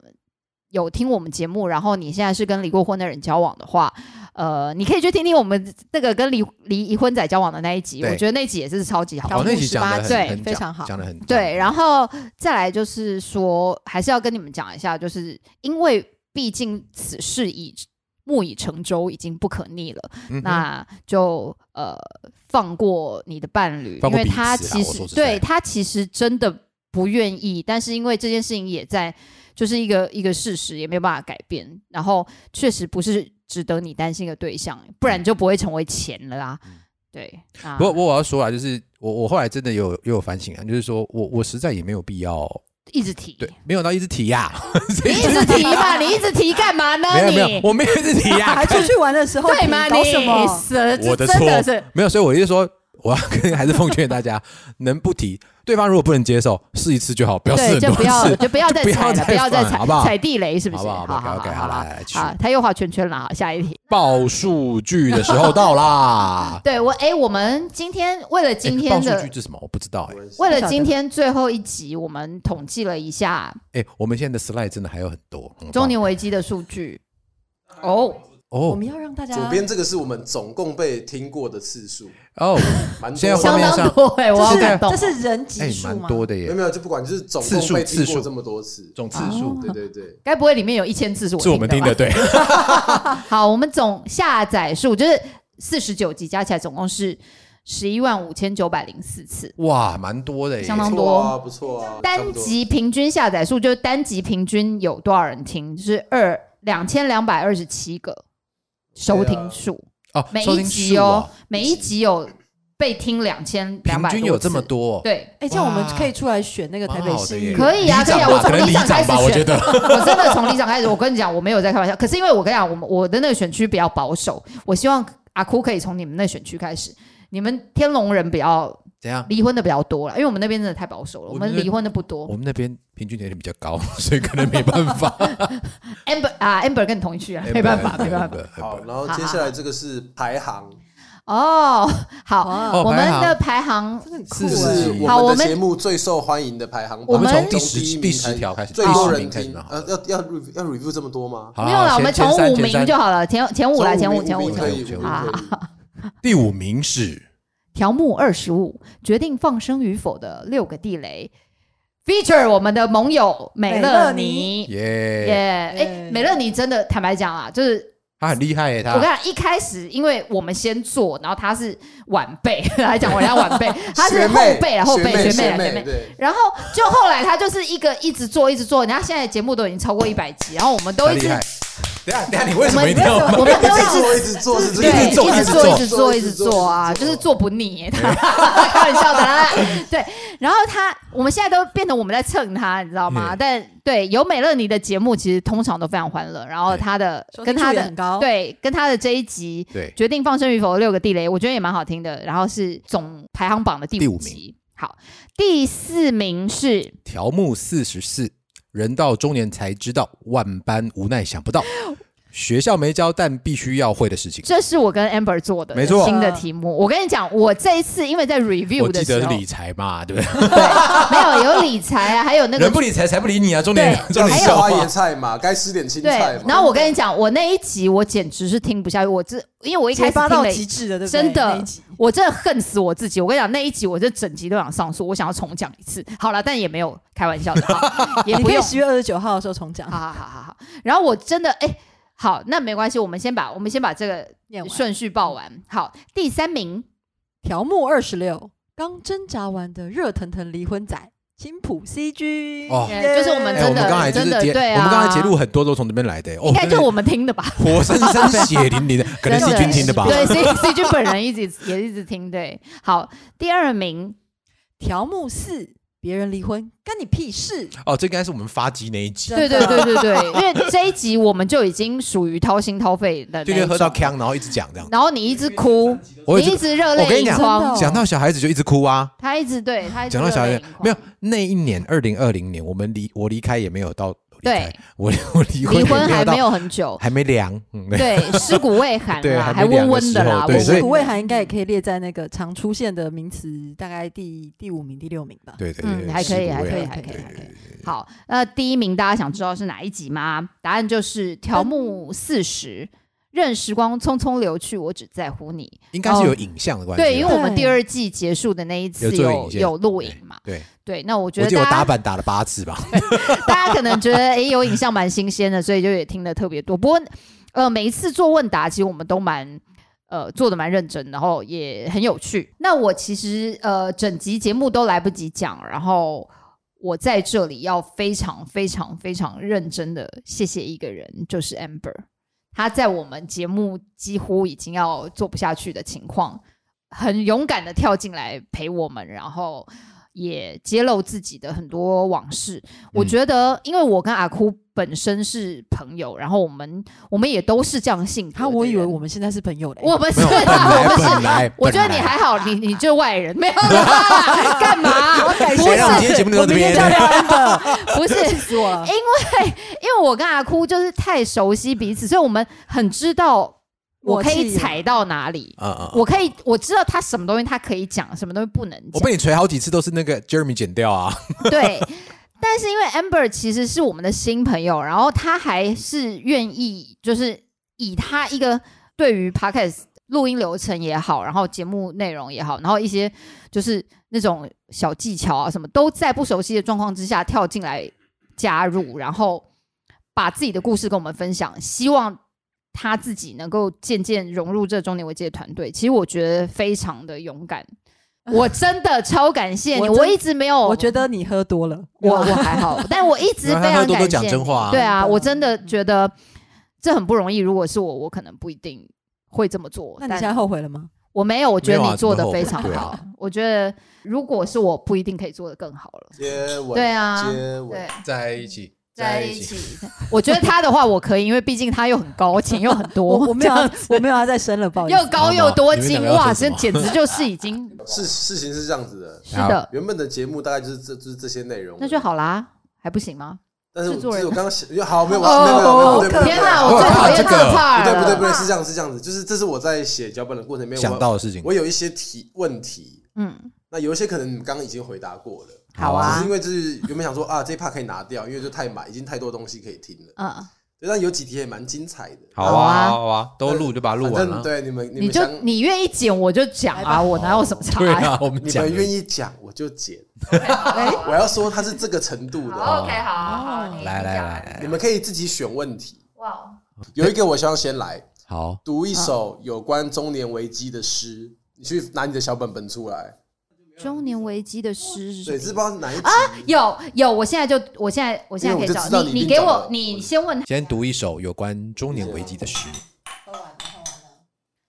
Speaker 9: 有听我们节目，然后你现在是跟离过婚的人交往的话，呃，你可以去听听我们那个跟离离离婚仔交往的那一集，
Speaker 4: 对
Speaker 9: 我觉得那集也是超级好
Speaker 4: 哦，
Speaker 9: 听。
Speaker 4: 那集讲的
Speaker 9: 对
Speaker 4: 很很
Speaker 5: 非
Speaker 4: 讲
Speaker 5: 常好
Speaker 4: 讲的很
Speaker 9: 对，然
Speaker 4: 后
Speaker 9: 后再来就是说，还是要跟你们讲一下，就是因为毕竟此事已木已成舟，已经不可逆了，
Speaker 4: 嗯
Speaker 9: 那就呃放过你的伴侣，
Speaker 4: 放
Speaker 9: 因
Speaker 4: 过
Speaker 9: 为
Speaker 4: 彼
Speaker 9: 他
Speaker 4: 此啦
Speaker 9: 其
Speaker 4: 我
Speaker 9: 实
Speaker 4: 说实在
Speaker 9: 对他其实真的不愿意，但是因为这件事情也在就是一个一个事实，也没有办法改变，然后确实不是值得你担心的对象，不然就不会成为钱了啦。对，啊
Speaker 4: 嗯不过不过我要说啊，就是我我后来真的有也有反省啊，就是说我我实在也没有必要，
Speaker 9: 一直提，
Speaker 4: 对， 没有到一直提呀，
Speaker 9: 你一直提嘛，你一直提干嘛呢？
Speaker 4: 没有
Speaker 9: 你
Speaker 4: 没有，我没有一直提呀
Speaker 5: 还，出去玩的时候，
Speaker 9: 对嘛？
Speaker 5: 搞
Speaker 9: 你
Speaker 5: 什么？
Speaker 9: 死
Speaker 4: 我的
Speaker 9: 这真的
Speaker 4: 错
Speaker 9: 是
Speaker 4: 没有，所以我就说，我要跟还是奉劝大家，能不提，对方如果不能接受，试一次就好，不要试
Speaker 9: 对，
Speaker 4: 很
Speaker 9: 就
Speaker 4: 多
Speaker 9: 不要
Speaker 4: 次，
Speaker 9: 就不要再
Speaker 4: 就不
Speaker 9: 踩
Speaker 4: 要
Speaker 9: 了，
Speaker 4: 再
Speaker 9: 不要再
Speaker 4: 放了
Speaker 9: 踩
Speaker 4: 好不好
Speaker 9: 踩地雷，是不是？
Speaker 4: 好不好
Speaker 9: 好好
Speaker 4: ？OK，OK，
Speaker 9: 好
Speaker 4: 好
Speaker 9: 好
Speaker 4: 来来去
Speaker 9: 好，他又画圈圈了。好，下一题。。
Speaker 4: 报数据的时候到啦
Speaker 9: 对我，哎，我们今天为了 今
Speaker 4: 诶
Speaker 9: 天
Speaker 4: 报数
Speaker 9: 的
Speaker 4: 据，是什么？我不知道哎、
Speaker 2: 啊
Speaker 9: 为了今天最后一集，我们统计了一下
Speaker 4: 诶诶欸我们现在的 slide 真的还有很多。很棒
Speaker 9: 中年危机的数据。哦，
Speaker 5: 我
Speaker 4: 哦
Speaker 5: 们要让大家
Speaker 2: 左边这个是我们总共被听过的次数，
Speaker 4: 哦，
Speaker 2: 蛮多
Speaker 4: 现在
Speaker 2: 的。
Speaker 4: 画
Speaker 9: 相
Speaker 4: 面上
Speaker 9: 当多哎，我好
Speaker 4: 这是
Speaker 9: 感动
Speaker 5: 这。是人级
Speaker 4: 哎、
Speaker 5: 数
Speaker 4: 蛮
Speaker 5: 吗？
Speaker 4: 多的
Speaker 2: 没有
Speaker 4: 耶，
Speaker 2: 没有，就不管就是总
Speaker 4: 次
Speaker 2: 共
Speaker 4: 数
Speaker 2: 被听
Speaker 4: 次
Speaker 2: 过
Speaker 4: 数
Speaker 2: 这么多次，
Speaker 4: 总次
Speaker 9: 哦
Speaker 4: 数、
Speaker 2: 对对对，
Speaker 9: 该不会里面有一千字是我
Speaker 4: 是我们听
Speaker 9: 吧
Speaker 4: 的， 对，
Speaker 9: 好，我们总下载数就是四十九集，加起来总共是十一万五千九百零四次，
Speaker 4: 哇，蛮多的耶，
Speaker 9: 相当
Speaker 2: 不
Speaker 9: 多
Speaker 2: 错啊，不错啊，差
Speaker 9: 单
Speaker 2: 不多
Speaker 9: 集平均下载数就是单集平均有多少人听，就是二两千两百二十七个收听数，
Speaker 4: 哦，
Speaker 9: 每
Speaker 4: 收
Speaker 9: 一
Speaker 4: 听
Speaker 9: 集
Speaker 4: 数
Speaker 9: 哦
Speaker 4: 哦，，
Speaker 9: 每一集有被听两千两
Speaker 4: 平
Speaker 9: 百，
Speaker 4: 均有这么，多、哦，
Speaker 9: 对，
Speaker 5: 哎，这样我们
Speaker 4: 哇
Speaker 5: 可以出来选那个台北
Speaker 4: 蛮好的
Speaker 5: 市
Speaker 4: 耶
Speaker 5: 议员。
Speaker 9: 可以啊，
Speaker 4: 里
Speaker 9: 可以
Speaker 4: 长
Speaker 9: 啊，
Speaker 4: 吧
Speaker 9: 我从
Speaker 4: 可能
Speaker 9: 里
Speaker 4: 里
Speaker 9: 开
Speaker 4: 长
Speaker 9: 始
Speaker 4: 吧
Speaker 9: 选，
Speaker 4: 我觉得
Speaker 9: 我真的从里长开始，我跟你讲，我没有在开玩笑，可是因为我跟你讲，我们我的那个选区比较保守，我希望阿哭可以从你们那选区开始。你们天龙人比较
Speaker 4: 怎样？
Speaker 9: 离婚的比较多了，因为我们那边真的太保守了，我
Speaker 4: 我们
Speaker 9: 们离婚的不多
Speaker 4: 我。们那边平均年龄比较高， 所以可能没办法，
Speaker 9: Amber 啊，Amber 跟你同一区啊， 没办 法，没办法。
Speaker 4: 法
Speaker 2: 好，然后接下来这个是排行，
Speaker 9: 哦， 好，
Speaker 5: 哇
Speaker 4: 哦
Speaker 9: 我们
Speaker 4: 排行
Speaker 9: 的排行
Speaker 4: 四
Speaker 5: 酷
Speaker 4: 十
Speaker 5: 欸
Speaker 2: 是
Speaker 4: 集，
Speaker 9: 好
Speaker 2: 我
Speaker 9: 我
Speaker 2: 们
Speaker 9: 们
Speaker 2: 的节目最受欢迎的排行榜，
Speaker 9: 我们
Speaker 2: 从
Speaker 4: 第
Speaker 2: 第
Speaker 4: 十
Speaker 2: 一名
Speaker 4: 第十条开始
Speaker 2: 最多
Speaker 4: 好
Speaker 2: 人
Speaker 4: 开始
Speaker 2: 听，
Speaker 4: 好
Speaker 2: 呃，要要 review 要 review 这么多吗？
Speaker 4: 好
Speaker 9: 没有了，
Speaker 4: 好
Speaker 9: 我们
Speaker 4: 前
Speaker 9: 从
Speaker 4: 前三
Speaker 9: 五
Speaker 4: 前
Speaker 9: 名
Speaker 4: 三
Speaker 9: 就好了，前前五来，前五，前
Speaker 2: 五
Speaker 9: 五，
Speaker 2: 名
Speaker 9: 前
Speaker 2: 可
Speaker 9: 五。
Speaker 2: 以，
Speaker 4: 前
Speaker 2: 五
Speaker 4: 五
Speaker 2: 名
Speaker 9: 啊
Speaker 2: 可以。
Speaker 4: 第五名是
Speaker 9: 条目二十五，决定放生与否的六个地雷。feature 我们的盟友美乐妮，耶！
Speaker 4: 耶，
Speaker 9: 哎，美乐妮真的坦白讲啊，就是
Speaker 4: 他很厉害耶，
Speaker 9: 我跟
Speaker 4: 他
Speaker 9: 你讲，一开始因为我们先做，然后她是晚辈 来讲，我家晚 辈，她是
Speaker 2: 学
Speaker 9: 后
Speaker 2: 妹
Speaker 9: 辈啊，后辈
Speaker 2: 学
Speaker 9: 学妹
Speaker 2: 学
Speaker 9: 啊，学
Speaker 2: 妹，
Speaker 9: 妹。
Speaker 2: 对，
Speaker 9: 然后就后来她就是一个一直做，一直做，然后现在节目都已经超过一百集，然后我们都
Speaker 4: 他
Speaker 9: 一
Speaker 4: 厉
Speaker 9: 直
Speaker 4: 害。等一下等一下，你为什么一定要
Speaker 9: 我们都一 直
Speaker 2: 一直做，一直做，
Speaker 9: 对，
Speaker 4: 一直做
Speaker 9: 一
Speaker 4: 一
Speaker 9: 直做，
Speaker 4: 直
Speaker 9: 直做，一直做啊，就是做不腻 耶。开玩笑的啦，对。然后他，我们现在都变成我们在蹭他，你知道吗？
Speaker 4: 嗯
Speaker 9: 但对有美乐妮的节目，其实通常都非常欢乐。然后他的
Speaker 5: 哎收
Speaker 9: 跟
Speaker 5: 听
Speaker 9: 他
Speaker 5: 数也
Speaker 9: 的
Speaker 5: 很高，
Speaker 9: 对跟他的这一集
Speaker 4: 对
Speaker 9: 决定放生与否的六个地雷，我觉得也蛮好听的。然后是总排行榜的第
Speaker 4: 第五
Speaker 9: 集。好，第四名是
Speaker 4: 条目四十四，人到中年才知道，万般无奈想不到，学校没教但必须要会的事情。
Speaker 9: 这是我跟 Amber 做的，
Speaker 4: 没错
Speaker 9: 新的题目。我跟你讲，我这一次因为在 review
Speaker 4: 我
Speaker 9: 的
Speaker 4: 记
Speaker 9: 时
Speaker 4: 得是
Speaker 9: 候，
Speaker 4: 理财嘛，对不对？
Speaker 9: 没有有理财啊，还有那个
Speaker 4: 人不理财，财不理你啊！中年
Speaker 9: 对啊
Speaker 4: 中
Speaker 2: 要
Speaker 4: 年
Speaker 2: 吃
Speaker 4: 笑
Speaker 2: 花
Speaker 4: 话
Speaker 2: 椰，菜嘛，该吃点青
Speaker 9: 对
Speaker 2: 菜嘛。，
Speaker 9: 然后我跟你讲，我那一集我简直是听不下去，我这因为我一开
Speaker 5: 开
Speaker 9: 始
Speaker 5: 发
Speaker 9: 听
Speaker 5: 到
Speaker 9: 了，
Speaker 5: 极致的，对不对？
Speaker 9: 真
Speaker 5: 那一
Speaker 9: 的啊
Speaker 5: 集，
Speaker 9: 我真的恨死我自己。我跟你讲，那一集我这整集都想上诉，我想要重讲一次。好了，但也没有开玩笑的，好也
Speaker 5: 你
Speaker 9: 不
Speaker 5: 可以
Speaker 9: 用。
Speaker 5: 十月二十九号的时候重讲
Speaker 9: 好，好好好好。然后我真的哎，好，那没关系，我们先把我们先把这个嗯
Speaker 5: 念完
Speaker 9: 顺序报完。好，第三名
Speaker 5: 条目二十六，刚挣扎完的热腾腾离婚仔，青浦 CG，
Speaker 4: 哦
Speaker 9: 对就是我们
Speaker 4: 哎，我
Speaker 9: 真
Speaker 4: 们
Speaker 9: 的
Speaker 4: 刚才就是
Speaker 9: 真的
Speaker 4: 节，
Speaker 9: 对啊
Speaker 4: 我们刚才节目很多都从这边来的，哦
Speaker 9: 应该就我们听的吧？
Speaker 4: 活生生血淋 淋的，可能
Speaker 9: 真
Speaker 4: 是
Speaker 9: 的
Speaker 4: 君听的吧？
Speaker 9: 对，所以 C 君本人一直也一直听。对，好，第二名，
Speaker 5: 条目四，别人离婚干你屁事，
Speaker 4: 哦，这应该是我们发机那一集，
Speaker 9: 对对对对对，因为这一集我们就已经属于掏心掏肺的那一
Speaker 4: 就
Speaker 9: 种，
Speaker 4: 就喝到呛，然后一直讲这样。
Speaker 9: 然后你一直哭，
Speaker 4: 我
Speaker 9: 你
Speaker 4: 一
Speaker 9: 一
Speaker 4: 直
Speaker 9: 直热
Speaker 4: 我跟你
Speaker 9: 泪盈
Speaker 4: 讲
Speaker 5: 哦
Speaker 9: 眶，
Speaker 4: 讲到小孩子就一直哭啊，
Speaker 9: 他一直对他一直
Speaker 4: 讲到小
Speaker 9: 热泪
Speaker 4: 孩
Speaker 9: 盈眶
Speaker 4: 没有那一年二零二零年，我们离我离开也没有到离开
Speaker 9: 对，
Speaker 4: 我我离婚
Speaker 9: 离
Speaker 4: 也
Speaker 9: 婚还
Speaker 4: 到
Speaker 9: 没有很久，
Speaker 4: 还没凉，嗯，对
Speaker 9: 对，尸骨未 寒
Speaker 4: 对
Speaker 9: 啦，
Speaker 4: 还没
Speaker 9: 还
Speaker 4: 凉的
Speaker 9: 温温
Speaker 4: 时候
Speaker 9: 啦，
Speaker 4: 对
Speaker 9: 温
Speaker 4: 哎所以
Speaker 5: 尸
Speaker 9: 温的
Speaker 5: 骨未寒应该也可以列在那个常出现的名词，大概第第五名、第六名吧。
Speaker 4: 对对
Speaker 9: 嗯
Speaker 4: 对，
Speaker 9: 还可
Speaker 4: 尸
Speaker 9: 以
Speaker 4: 骨
Speaker 9: 还
Speaker 4: 未
Speaker 9: 可以
Speaker 4: 寒
Speaker 9: 还可以
Speaker 4: 对
Speaker 9: 还可以
Speaker 4: 对对
Speaker 9: 好，那第一名大家想知道是哪一集吗？答案就是条目四十，任时光匆匆流去，我只在乎你。
Speaker 4: 应该是
Speaker 9: 哦
Speaker 4: 有影像的关系啊吧，
Speaker 9: 对，因为我们
Speaker 5: 对
Speaker 9: 第二季结束的那一次
Speaker 4: 有做
Speaker 9: 有
Speaker 4: 影像
Speaker 9: 有录影嘛，
Speaker 4: 对，
Speaker 9: 对，那我觉
Speaker 4: 我
Speaker 9: 得
Speaker 4: 记得我
Speaker 9: 大
Speaker 4: 打
Speaker 9: 家
Speaker 4: 板打了八次 吧，
Speaker 9: 大家可能觉得诶有影像蛮新鲜的，所以就也听得特别多。不过呃，每一次做问答，其实我们都蛮。呃，做的蛮认真，然后也很有趣。那我其实呃，整集节目都来不及讲，然后我在这里要非常非常非常认真的谢谢一个人，就是 Amber，他在我们节目几乎已经要做不下去的情况，很勇敢的跳进来陪我们，然后也揭露自己的很多往事。
Speaker 5: 嗯
Speaker 9: 我觉得，因为我跟阿哭本身是朋友，然后我们我们也都是这样性格的
Speaker 5: 他
Speaker 9: 人。
Speaker 5: 啊我以为我们现在是朋友嘞，
Speaker 9: 我们是，
Speaker 4: 没有本来
Speaker 9: 我们
Speaker 4: 本
Speaker 9: 是。
Speaker 4: 来，
Speaker 9: 我觉得
Speaker 4: 本
Speaker 9: 你
Speaker 4: 来
Speaker 9: 还好，你你就外人，没有啦， 干嘛？
Speaker 5: 感
Speaker 4: 哎谁让我们今天节目录到这边
Speaker 5: 明天就要聊安的，
Speaker 9: 不是，
Speaker 5: 气死我了。
Speaker 9: 因为我跟阿哭就是太熟悉彼此，所以我们很知道我可
Speaker 5: 默
Speaker 9: 以
Speaker 5: 契了
Speaker 9: 踩到哪里，
Speaker 4: 嗯嗯，嗯
Speaker 9: 我可以我知道他什么东西他可以讲，什么东西不能
Speaker 4: 我
Speaker 9: 讲。
Speaker 4: 被你锤好几次都是那个 Jeremy 剪掉啊，
Speaker 9: 对，但是因为 Amber 其实是我们的新朋友，然后他还是愿意，就是以他一个对于 Podcast 录音流程也好，然后节目内容也好，然后一些就是那种小技巧啊什么，都在不熟悉的状况之下跳进来加入，然后把自己的故事跟我们分享，希望。他自己能够渐渐融入这中年危机的团队，其实我觉得非常的勇敢，我真的超感谢你，
Speaker 5: 我
Speaker 9: 我
Speaker 5: 真
Speaker 9: 一直没有，
Speaker 5: 我觉得你喝多了，
Speaker 9: 哦我我还好，但我一直
Speaker 4: 然后
Speaker 9: 非
Speaker 4: 他们
Speaker 9: 常
Speaker 4: 都
Speaker 9: 感
Speaker 4: 都
Speaker 9: 谢
Speaker 4: 讲
Speaker 9: 你
Speaker 4: 真话啊
Speaker 9: 对啊，
Speaker 5: 嗯
Speaker 9: 我真的觉得这很不容易。如果是我，我可能不一定会这么做。
Speaker 5: 那你
Speaker 9: 但
Speaker 5: 现在后悔了吗？
Speaker 9: 我没有，我觉得
Speaker 4: 没有啊
Speaker 9: 你做
Speaker 4: 怎
Speaker 9: 的
Speaker 4: 么后悔
Speaker 9: 非常
Speaker 4: 对啊
Speaker 9: 好。我觉得如果是我，不一定可以做的更好了。
Speaker 2: 接吻，
Speaker 9: 对啊，
Speaker 2: 接吻
Speaker 9: 对，，
Speaker 4: 在一起，
Speaker 9: 在一起。我觉得他的话我可以，因为毕竟他又很高，钱又很多
Speaker 5: 我，我没有要，我没有要再生了，不好意思。
Speaker 9: 又高又多
Speaker 4: 你们两
Speaker 9: 金，
Speaker 4: 个要
Speaker 9: 哇，
Speaker 4: 说什
Speaker 9: 这
Speaker 4: 么
Speaker 9: 简直就是已经
Speaker 2: 事事情是这样子的，
Speaker 9: 是的，
Speaker 2: 原本的节目大概就是这就是这些内容，
Speaker 9: 那就。好啦，还不行吗？
Speaker 2: 但是我
Speaker 9: 制作
Speaker 2: 只
Speaker 9: 人
Speaker 2: 是我刚刚想，好，没有，没有，没有，没有
Speaker 9: 哦
Speaker 2: 没有，没有，
Speaker 9: 天
Speaker 2: 哪，
Speaker 9: 哪，我最讨
Speaker 4: 哇
Speaker 9: 厌这
Speaker 4: 这个
Speaker 9: part
Speaker 2: 不对，不对，
Speaker 9: 了
Speaker 2: 不对，是这样，是这样子，就是这是我在写脚本的过程里面
Speaker 4: 想到的事情
Speaker 2: 我，我有一些题问题，
Speaker 9: 嗯，
Speaker 2: 那有一些可能你们刚刚已经回答过了，
Speaker 9: 好
Speaker 2: 只
Speaker 9: 啊
Speaker 2: 是因，为就是原本想说啊，这一 part 可以拿掉，因为就太满，已经太多东西可以听了。
Speaker 9: 嗯。
Speaker 2: 对，但有几题也蛮精彩的。
Speaker 4: 好啊，好啊，都录就把它录完
Speaker 2: 反
Speaker 4: 了
Speaker 2: 正。对你们，你
Speaker 9: 你
Speaker 2: 们
Speaker 9: 就
Speaker 2: 想，
Speaker 9: 你愿意剪我就讲啊，我哪有什么差
Speaker 4: 对
Speaker 9: 呀？
Speaker 4: 啊，我们
Speaker 2: 你
Speaker 4: 讲
Speaker 2: 们
Speaker 4: 了
Speaker 2: 愿意讲我就剪。
Speaker 9: 哎
Speaker 2: 我要说它是这个程度的，
Speaker 9: ，OK，好好好，
Speaker 4: 来来来，来，
Speaker 2: 你们可以自己选问题。
Speaker 9: 哇，
Speaker 2: 有一个我希望先来
Speaker 4: 好，
Speaker 2: 读一
Speaker 9: 啊
Speaker 2: 首有关中年危机的诗，你去拿你的小本本出来。
Speaker 9: 中年危机的诗是
Speaker 2: 对，这
Speaker 9: 什
Speaker 2: 不知
Speaker 9: 么
Speaker 2: 道是哪一集？
Speaker 9: 有有，我现在就，我现在，我现在可以
Speaker 2: 因为我就知
Speaker 9: 找
Speaker 2: 道
Speaker 9: 你，
Speaker 2: 你一
Speaker 9: 你
Speaker 2: 定
Speaker 9: 给
Speaker 2: 找
Speaker 9: 我
Speaker 2: 到，
Speaker 9: 你先问他。
Speaker 4: 先读一首有关中年危机的诗。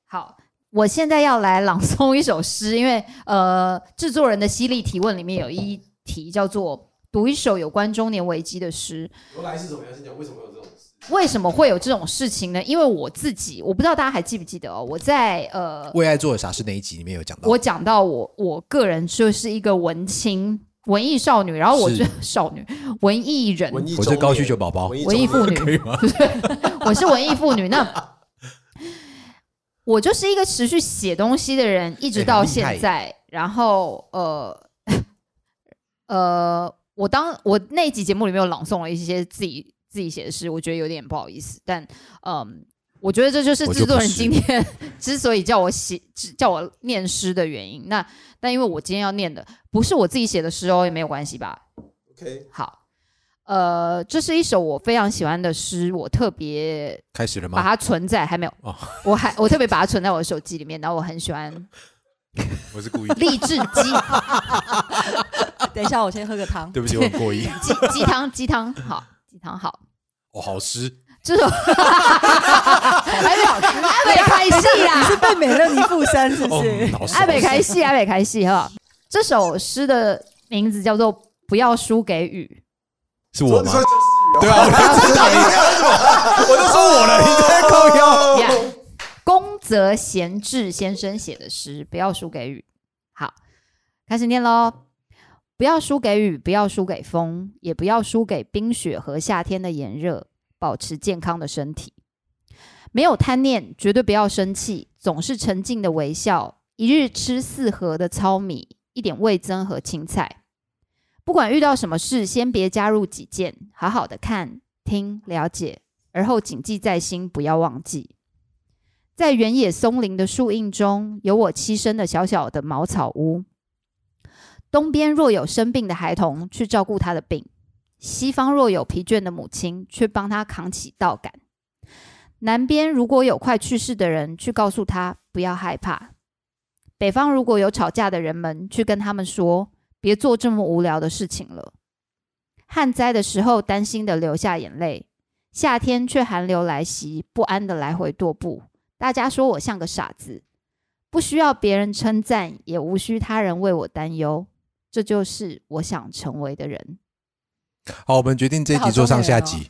Speaker 9: 好，我现在要来朗诵一首诗，因为呃，制作人的犀利提问里面有一题叫做“读一首有关中年危机的诗”。
Speaker 2: 由来是什么？先讲为什么有这种事？
Speaker 9: 为什么会有这种事情呢？因为我自己，我不知道大家还记不记得哦，我在呃
Speaker 4: 为爱做了啥事那一集里面有讲到，
Speaker 9: 我讲到我我个人就是一个文青、文艺少女，然后我
Speaker 4: 是
Speaker 9: 就少女、文艺人、
Speaker 2: 文艺
Speaker 4: 我
Speaker 2: 中
Speaker 4: 是
Speaker 2: 年
Speaker 4: 高需求宝宝，
Speaker 2: 文艺
Speaker 9: 文艺
Speaker 2: 中
Speaker 9: 妇
Speaker 2: 年
Speaker 9: 女，
Speaker 4: 吗？
Speaker 9: 我是文艺妇女。那我就是一个持续写东西的人，一直
Speaker 4: 哎
Speaker 9: 到
Speaker 4: 很厉害
Speaker 9: 现在。然后呃呃，我当我那一集节目里面有朗诵了一些自己自己写的诗，我觉得有点不好意思，但嗯。我觉得这就是
Speaker 4: 我就
Speaker 9: 制作
Speaker 4: 不
Speaker 9: 人
Speaker 4: 是
Speaker 9: 今天之所以叫我写、叫我念诗的原因。那但因为我今天要念的不是我自己写的诗哦，也没有关系吧？
Speaker 2: OK，
Speaker 9: 好，呃，这是一首我非常喜欢的诗，我特别
Speaker 4: 开始了
Speaker 9: 把
Speaker 4: 吗？
Speaker 9: 它存在，还没有，
Speaker 4: 哦
Speaker 9: 我还我特别把它存在我的手机里面，然后我很喜欢
Speaker 4: 我是故意的，
Speaker 9: 励志鸡
Speaker 5: 等一下，我先喝个汤。
Speaker 4: 对不起，我很过意。
Speaker 9: 鸡鸡汤鸡汤好鸡汤好，
Speaker 4: 哦，好湿，
Speaker 9: 这种还没还没开 戏啦，
Speaker 5: 你是被美乐妮附身是不
Speaker 4: 哦，
Speaker 5: 是？
Speaker 4: 好湿。
Speaker 9: 爱北开戏，爱北开戏哈。这首诗的名字叫做《不要输给雨
Speaker 4: 是我
Speaker 2: 你
Speaker 4: 吗
Speaker 2: 说？哦
Speaker 4: 对啊，我就知道你在 说什么，我就说我了，你在靠腰。》
Speaker 9: 呀，宫泽贤治先生写的诗《不要输给雨》。好，开始念喽。不要输给雨，不要输给风，也不要输给冰雪和夏天的炎热，保持健康的身体。没有贪念，绝对不要生气，总是沉静的微笑。一日吃四盒的糙米，一点味增和青菜。不管遇到什么事，先别加入己见，好好的看、听、了解，而后谨记在心，不要忘记。在原野松林的树荫中，有我栖身的小小的茅草屋。东边若有生病的孩童，去照顾他的病；西方若有疲倦的母亲，去帮他扛起稻杆。南边如果有快去世的人，去告诉他不要害怕；北方如果有吵架的人们，去跟他们说别做这么无聊的事情了。旱灾的时候，担心的流下眼泪；夏天却寒流来袭，不安的来回踱步。大家说我像个傻子，不需要别人称赞，也无需他人为我担忧。这就是我想成为的 人。
Speaker 4: 好，我们决定这一集做上下集。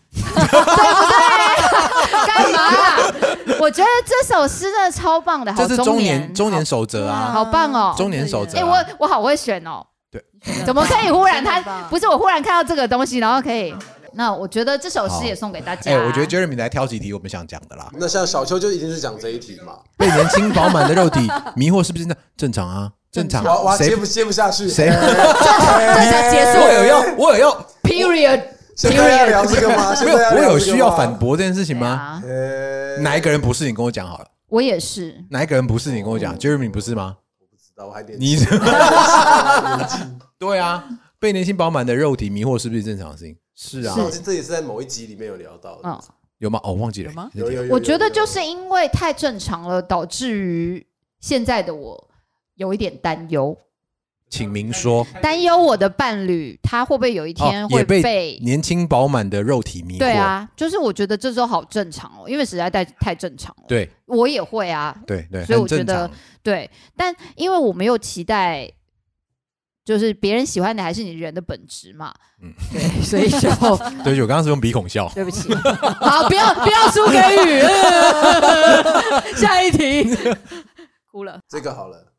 Speaker 9: 干嘛
Speaker 5: 啊
Speaker 9: 啦？我觉得这首诗真的超棒的，好
Speaker 4: 这是中年中年
Speaker 9: 好
Speaker 4: 守则啊，
Speaker 9: 好棒哦
Speaker 4: 中年守则
Speaker 9: 哎、
Speaker 4: 啊。
Speaker 9: 我我好会选哦。
Speaker 4: 对，
Speaker 9: 怎么可以忽然他
Speaker 5: 真的棒
Speaker 9: 不是我忽然看到这个东西，然后可以？那我觉得这首诗也送给大家。
Speaker 4: 哎，我觉得 Jeremy 来挑几题我们想讲的啦。
Speaker 2: 那像小秋就一定是讲这一题嘛，
Speaker 4: 被年轻饱满的肉体迷惑，是不是那正常啊？正常
Speaker 2: 哇哇，
Speaker 4: 谁
Speaker 2: 接不接不下去？哎
Speaker 4: 谁？
Speaker 5: 这才结束
Speaker 4: 我有要，我有要，
Speaker 9: period
Speaker 2: 现在要聊这个吗？现
Speaker 4: 没
Speaker 2: 在
Speaker 4: 有，
Speaker 2: 要
Speaker 4: 我
Speaker 2: 聊
Speaker 4: 啊有啊
Speaker 2: 这个
Speaker 4: 需要
Speaker 2: 吗
Speaker 4: 反？驳这件事情吗？
Speaker 9: 啊，
Speaker 2: 呃，
Speaker 4: 哪一个人不是？你跟我讲好了。
Speaker 9: 我也是。
Speaker 4: 哪一个人不是？你跟我讲。Jeremy 不是吗？
Speaker 2: 知道我还点
Speaker 4: 你对啊，被年轻饱满的肉体迷惑，是不是正常的事情？是啊，
Speaker 2: 这这也是在某一集里面有聊到的
Speaker 9: 嗯，，
Speaker 4: 有吗？哦，忘记了。
Speaker 5: 有吗
Speaker 4: 那天
Speaker 9: 我觉得就是因为太正常了，导致于现在的我有一点担忧，
Speaker 4: 请明说。
Speaker 9: 担忧我的伴侣他会不会有一天
Speaker 4: 哦，
Speaker 9: 会
Speaker 4: 也被年轻饱满的肉体迷惑。
Speaker 9: 对，啊，就是我觉得这周好正常哦，因为实在太太正常了。
Speaker 4: 对
Speaker 9: 我也会啊，
Speaker 4: 对对，
Speaker 9: 所以
Speaker 4: 很
Speaker 9: 我觉
Speaker 4: 正
Speaker 9: 得
Speaker 4: 常。
Speaker 9: 对，但因为我没有期待，就是别人喜欢的还是你人的本质嘛。嗯
Speaker 4: 嗯，
Speaker 9: 对，所以 就
Speaker 4: 对不起，我刚刚是用鼻孔笑。
Speaker 9: 对不起，好，不要不要输给雨，下一题，哭了。
Speaker 2: 这个好了，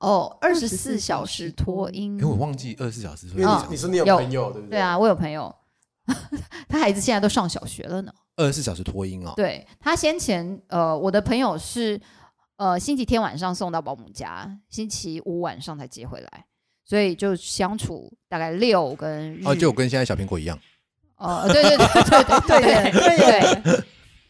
Speaker 9: 哦，二十四小时脱音
Speaker 4: 因为。我忘记二十四小时，所
Speaker 2: 因
Speaker 4: 以
Speaker 2: 为
Speaker 9: 嗯
Speaker 2: 你你说你有
Speaker 9: 有
Speaker 2: 朋友对不对？
Speaker 9: 对啊，，我有朋友， 他孩子现在都上小学了呢。
Speaker 4: 二十四小时脱音哦。
Speaker 9: 对他先前，呃，我的朋友是呃星期天晚上送到保姆家，星期五晚上才接回来，所以就相处大概六跟日。
Speaker 4: 哦，就跟现在小苹果一样。
Speaker 9: 哦，对对对对对
Speaker 5: 对耶
Speaker 9: 对
Speaker 5: 对
Speaker 9: 对
Speaker 5: 耶。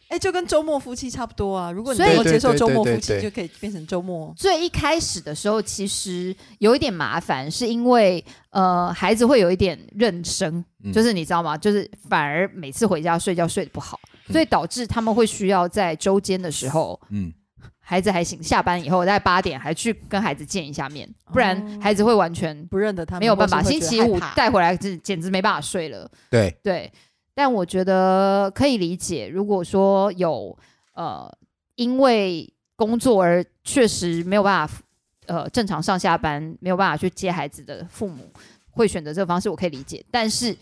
Speaker 5: 哎，就跟周末夫妻差不多啊。如果你
Speaker 9: 所以
Speaker 5: 能够接受周末夫
Speaker 4: 对对对
Speaker 5: 妻，就可以变成周末。
Speaker 9: 最一开始的时候，其实有一点麻烦，是因为呃孩子会有一点认生，
Speaker 4: 嗯
Speaker 9: 就是你知道吗？就是反而每次回家睡觉睡得不好，
Speaker 5: 嗯
Speaker 9: 所以导致他们会需要在周间的时候
Speaker 4: 嗯，
Speaker 9: 孩子还醒，下班以后在八点还去跟孩子见一下面，不然
Speaker 5: 哦
Speaker 9: 孩子会完全
Speaker 5: 不认得他们，
Speaker 9: 没有办法。
Speaker 5: 或是
Speaker 9: 星
Speaker 5: 会觉得
Speaker 9: 期五
Speaker 5: 害怕
Speaker 9: 带回来，这简直没办法睡了。
Speaker 4: 对，
Speaker 9: 对，但我觉得可以理解，如果说有呃因为工作而确实没有办法呃正常上下班，没有办法去接孩子的父母，会选择这个方式，我可以理解。但是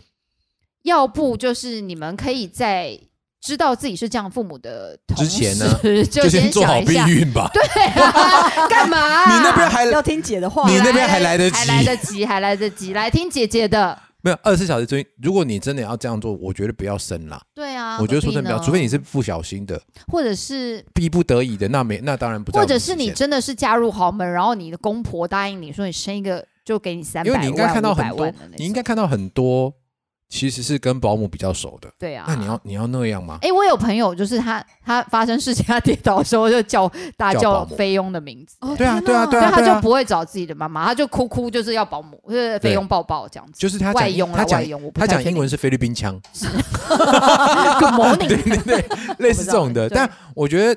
Speaker 9: 要不就是你们可以在。知道自己是这样父母的同
Speaker 4: 之前呢
Speaker 9: 时就
Speaker 4: 就先做好
Speaker 9: 想一
Speaker 4: 避
Speaker 9: 下，
Speaker 4: 孕 吧。对，
Speaker 9: 干嘛 啊、
Speaker 4: 你那边还
Speaker 5: 要听姐的话
Speaker 4: 你那边
Speaker 9: 还
Speaker 4: 还来得及
Speaker 9: 还来得及，还来得及，来听姐姐的。
Speaker 4: 没有二十四小时追？如果你真的要这样做，我觉得不要生啦。
Speaker 9: 对啊，
Speaker 4: 我觉得说
Speaker 9: 何必
Speaker 4: 真的不要，
Speaker 9: 呢
Speaker 4: 除非你是不小心的、
Speaker 9: 或者是
Speaker 4: 逼不得已的，那没那当然不在我
Speaker 9: 或
Speaker 4: 们
Speaker 9: 者是你
Speaker 4: 之间
Speaker 9: 真的是嫁入豪门，然后你的公婆答应你说你生一个就给你三百
Speaker 4: 因
Speaker 9: 万，
Speaker 4: 为你应该看到很
Speaker 9: 500
Speaker 4: 多
Speaker 9: 万的那，种
Speaker 4: 你应该看到很多其实是跟保姆比较熟的。
Speaker 9: 对啊。
Speaker 4: 那你要你要那样吗？
Speaker 9: 哎，我有朋友就是他，他发生事情他跌倒的时候就叫大家
Speaker 4: 叫
Speaker 9: 叫
Speaker 4: 保姆
Speaker 9: 菲佣的名字，
Speaker 5: 哦
Speaker 4: 对啊
Speaker 5: 天哪
Speaker 4: 对啊对
Speaker 9: 所
Speaker 4: 啊
Speaker 9: 以他就不会找自己的妈妈，他就哭哭就是要保姆，就是菲佣抱抱这样子。
Speaker 4: 就是他
Speaker 9: 外
Speaker 4: 讲
Speaker 9: 佣啦
Speaker 4: 他
Speaker 9: 外佣我
Speaker 4: 讲
Speaker 9: 不
Speaker 4: 他
Speaker 9: 太
Speaker 4: 讲
Speaker 9: 确定
Speaker 4: 英文是菲律宾 腔，
Speaker 9: Good morning，
Speaker 4: 对对对，类似这种的。
Speaker 9: 对
Speaker 4: 但我觉得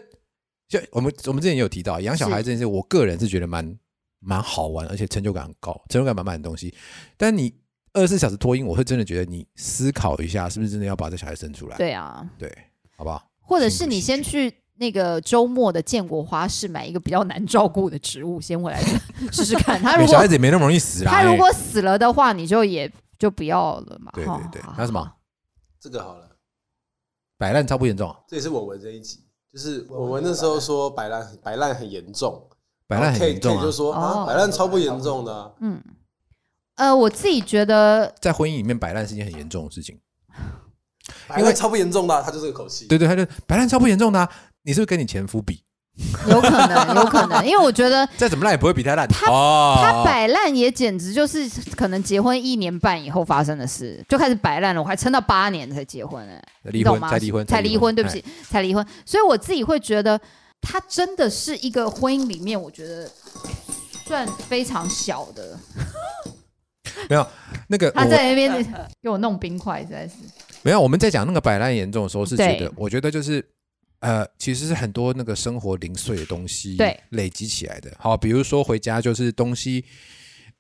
Speaker 4: 就我们我们之前也有提到养小孩这件事，我个人是觉得蛮蛮好玩，而且成就感很高，成就感满满的东西。但你二十四小时脱音，我会真的觉得你思考一下，是不是真的要把这小孩生出来？
Speaker 9: 对啊，
Speaker 4: 对，好不好？
Speaker 9: 或者是你先去那个周末的建国花市买一个比较难照顾的植物，先回来试试 看。他如
Speaker 4: 小
Speaker 9: 果
Speaker 4: 孩子也没那么容易死啦。
Speaker 9: 他如
Speaker 4: 哎
Speaker 9: 果死了的话，你就也就不要了嘛。
Speaker 4: 对
Speaker 9: 哈
Speaker 4: 对对
Speaker 9: 好，
Speaker 4: 还有什么
Speaker 2: 这个好了。
Speaker 4: 摆烂超不严重啊，
Speaker 2: 这也是我文这一集，就是我文那时候说摆烂，摆烂很严重，
Speaker 4: 摆烂
Speaker 2: 然后
Speaker 4: 很
Speaker 2: Kate-
Speaker 4: 严重
Speaker 2: Kate
Speaker 4: 啊
Speaker 2: 就，说啊，
Speaker 9: 哦
Speaker 2: 摆烂超不严重的啊，
Speaker 9: 嗯，呃，我自己觉得
Speaker 4: 在婚姻里面摆烂是一件很严重的事情。
Speaker 2: 因为超不严重的啊，他就这个口气。
Speaker 4: 对对，他就摆烂超不严重的啊，你是不是跟你前夫比？
Speaker 9: 有可能，有可 能，因为我觉得
Speaker 4: 再怎么烂也不会比他烂。
Speaker 9: 他
Speaker 4: 哦
Speaker 9: 他摆烂也简直就是可能结婚一年半以后发生的事，就开始摆烂了。我还撑到八年才结婚、哎，
Speaker 4: 离
Speaker 9: 你懂
Speaker 4: 婚
Speaker 9: 吗
Speaker 4: 才离婚
Speaker 9: 才离婚，对不
Speaker 4: 哎
Speaker 9: 起，才离婚。所以我自己会觉得，他真的是一个婚姻里面，我觉得算非常小的。
Speaker 4: 哎那个
Speaker 9: 他
Speaker 4: 我
Speaker 9: 在那边 给我弄冰块，实在是
Speaker 4: 没有，我们在讲那个摆烂严重的时候，是觉
Speaker 9: 对
Speaker 4: 得我觉得就是呃，其实是很多那个生活零碎的东西
Speaker 9: 对
Speaker 4: 累积起来的。好，比如说回家就是东西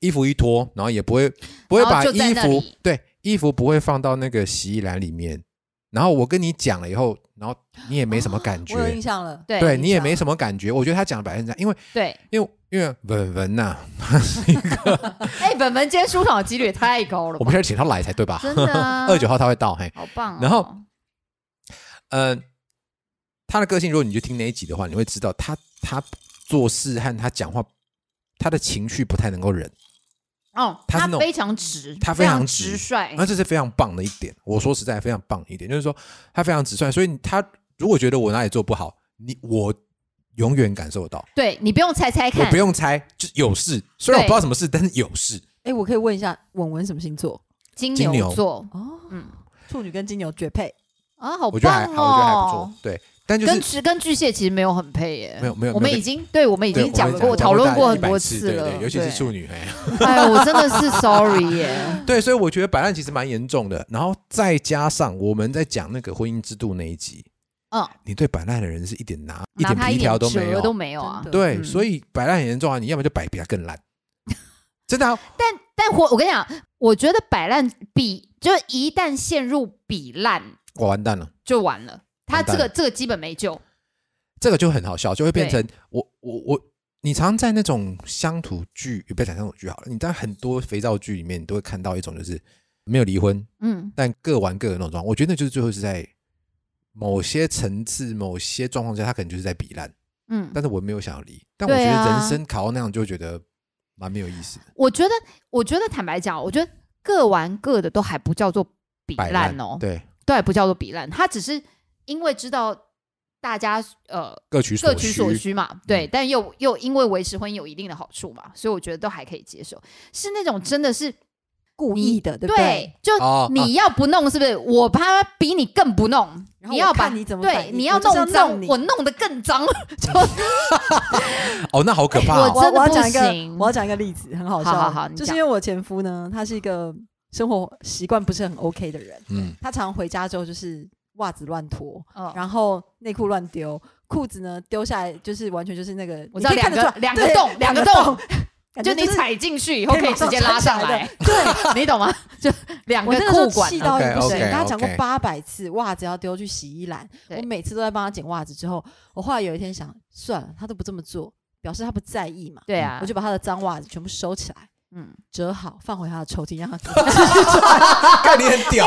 Speaker 4: 衣服一脱，然后也不会不会
Speaker 9: 然后
Speaker 4: 把
Speaker 9: 就在
Speaker 4: 衣
Speaker 9: 那
Speaker 4: 服
Speaker 9: 里
Speaker 4: 对衣服不会放到那个洗衣篮里面。然后我跟你讲了以后，然后你也没什么感觉，
Speaker 9: 啊
Speaker 5: 我有印象了。
Speaker 9: 对
Speaker 4: 对你也没
Speaker 5: 么。
Speaker 4: 什么感觉。我觉得他讲的摆烂这样，因为
Speaker 9: 对。
Speaker 4: 因为因为文文呐、
Speaker 9: 哎、本门今天出场的几率也太高了
Speaker 4: 我
Speaker 9: 吧
Speaker 4: 们？是要请他来才对吧？
Speaker 9: 真的 啊
Speaker 4: 二九号他会到嘿。
Speaker 9: 好棒、哦！
Speaker 4: 然后嗯，他的个性，如果你去听那一集的话，你会知道他他做事和他讲话，他的情绪不太能够忍，
Speaker 9: 哦，
Speaker 4: 他是
Speaker 9: 他
Speaker 4: 那种
Speaker 9: 非常直，
Speaker 4: 他非常直啊
Speaker 9: 直率
Speaker 4: 那，这是非常棒的一点。我说实在，非常棒的一点，就是说他非常直率，所以他如果觉得我哪里做不好，你我永远感受得到，
Speaker 9: 对你不用猜猜
Speaker 4: 我
Speaker 9: 看
Speaker 4: 不，用猜，就有事。虽然我不知道什么事，但是有事。
Speaker 5: 哎，我可以问一下，文文什么星座？
Speaker 9: 金
Speaker 4: 金
Speaker 9: 牛
Speaker 4: 牛
Speaker 9: 座
Speaker 5: 哦，
Speaker 9: 嗯
Speaker 5: 处女跟金牛绝配。
Speaker 9: 啊，好
Speaker 4: 我觉得还
Speaker 9: 棒
Speaker 4: 好，我觉得还不
Speaker 9: 哦
Speaker 4: 错！。对，但就
Speaker 9: 跟
Speaker 4: 是
Speaker 9: 巨跟巨蟹其实没有很配耶，
Speaker 4: 没有没有
Speaker 9: 我们
Speaker 4: 没有
Speaker 9: 已经对我们已
Speaker 4: 对
Speaker 9: 经讲
Speaker 4: 我们
Speaker 9: 过
Speaker 4: 大
Speaker 9: 讨论过
Speaker 4: 家
Speaker 9: 很多
Speaker 4: 100次
Speaker 9: 了
Speaker 4: 对，对，尤其是处
Speaker 9: 女，
Speaker 4: 女，哎，
Speaker 9: 哎，我真的是 sorry 耶，
Speaker 4: 对，所以我觉得摆烂其实蛮严重的。然后再加上我们在讲那个婚姻制度那一集，
Speaker 9: 嗯，
Speaker 4: 你对摆烂的人是一点拿
Speaker 9: 哪
Speaker 4: 点
Speaker 9: 怕
Speaker 4: 皮
Speaker 9: 一点
Speaker 4: 条都没
Speaker 9: 辙
Speaker 4: 有，
Speaker 9: 都没有啊
Speaker 5: 真。的
Speaker 4: 对，
Speaker 9: 嗯
Speaker 4: 所以摆烂很严重啊！你要么就摆比他更 烂，真的、啊。
Speaker 9: 但我我跟你讲，我觉得摆烂比就是一旦陷入比烂
Speaker 4: 我完蛋了，
Speaker 9: 就完了，他
Speaker 4: 完
Speaker 9: 这
Speaker 4: 蛋
Speaker 9: 个这个基本没救。
Speaker 4: 这个就很好笑，就会变成我我我，你常在那种乡土剧，也不要讲乡土剧好了，你在很多肥皂剧里面，你都会看到一种就是没有离婚，
Speaker 9: 嗯，
Speaker 4: 但各玩各的那种状况。我觉得那就是最后是在某些层次、某些状况下，他可能就是在比烂。
Speaker 9: 嗯，
Speaker 4: 但是我没有想要离，但我觉
Speaker 9: 对
Speaker 4: 得
Speaker 9: 啊
Speaker 4: 人生考到那样，就会觉得蛮没有意思的。
Speaker 9: 我觉得，我觉得坦白讲，我觉得各玩各的都还不叫做比
Speaker 4: 摆
Speaker 9: 烂哦，
Speaker 4: 对，
Speaker 9: 都还不叫做比烂，他只是因为知道大家呃
Speaker 4: 各取所
Speaker 9: 各取所需嘛，对，
Speaker 4: 嗯
Speaker 9: 但又又因为维持婚姻有一定的好处嘛，所以我觉得都还可以接受。是那种真的是
Speaker 5: 故意的，对不对？
Speaker 9: 对，就
Speaker 4: 哦
Speaker 9: 你要不弄是不是？我怕比你更不弄，
Speaker 5: 然后
Speaker 9: 你
Speaker 5: 我
Speaker 9: 要把
Speaker 5: 看你怎么反
Speaker 9: 对，
Speaker 5: 应
Speaker 9: 你
Speaker 5: 我
Speaker 9: 要
Speaker 5: 就是要
Speaker 9: 弄脏
Speaker 5: 让，你
Speaker 9: 我弄得更脏， 就
Speaker 4: 哦，那好可怕、
Speaker 9: 我
Speaker 4: 哦！
Speaker 5: 我
Speaker 9: 真的
Speaker 5: 我要
Speaker 9: 不
Speaker 5: 讲一
Speaker 9: 行
Speaker 5: 个，我要讲一个例子，很好笑。
Speaker 9: 好好好你
Speaker 5: 就是
Speaker 9: 讲
Speaker 5: 因为我前夫呢，他是一个生活习惯不是很 OK 的人，
Speaker 4: 嗯，
Speaker 5: 他常回家之后就是袜子乱脱，
Speaker 9: 哦
Speaker 5: 然后内裤乱丢，裤子呢丢下来就是完全就是那个，你
Speaker 9: 我知道
Speaker 5: 可以看
Speaker 9: 两
Speaker 5: 得出来
Speaker 9: 个两
Speaker 5: 对
Speaker 9: 个洞，两个洞，，
Speaker 5: 感
Speaker 9: 就
Speaker 5: 觉
Speaker 9: 你
Speaker 5: 是
Speaker 9: 踩进去以后
Speaker 5: 可以
Speaker 9: 可以
Speaker 5: 马
Speaker 9: 直
Speaker 5: 上
Speaker 9: 接拉
Speaker 5: 穿
Speaker 9: 上
Speaker 5: 起来
Speaker 9: 来， 对，你懂吗？ 就两
Speaker 5: 我
Speaker 9: 个
Speaker 5: 那个时
Speaker 9: 裤
Speaker 5: 候
Speaker 9: 管啊
Speaker 5: 气到一个不
Speaker 4: OK，OK，
Speaker 5: 行，跟他讲过
Speaker 4: OK
Speaker 5: 八百次，袜子要丢去洗衣篮。
Speaker 9: 对
Speaker 5: 我每次都在帮他捡袜子，之后我后来有一天想，算了，他都不这么做，表示他不在意嘛。
Speaker 9: 对啊
Speaker 5: 我，就把他的脏袜子全部收起来，
Speaker 9: 嗯，
Speaker 5: 折好放回他的抽屉，让他
Speaker 4: 看你很屌，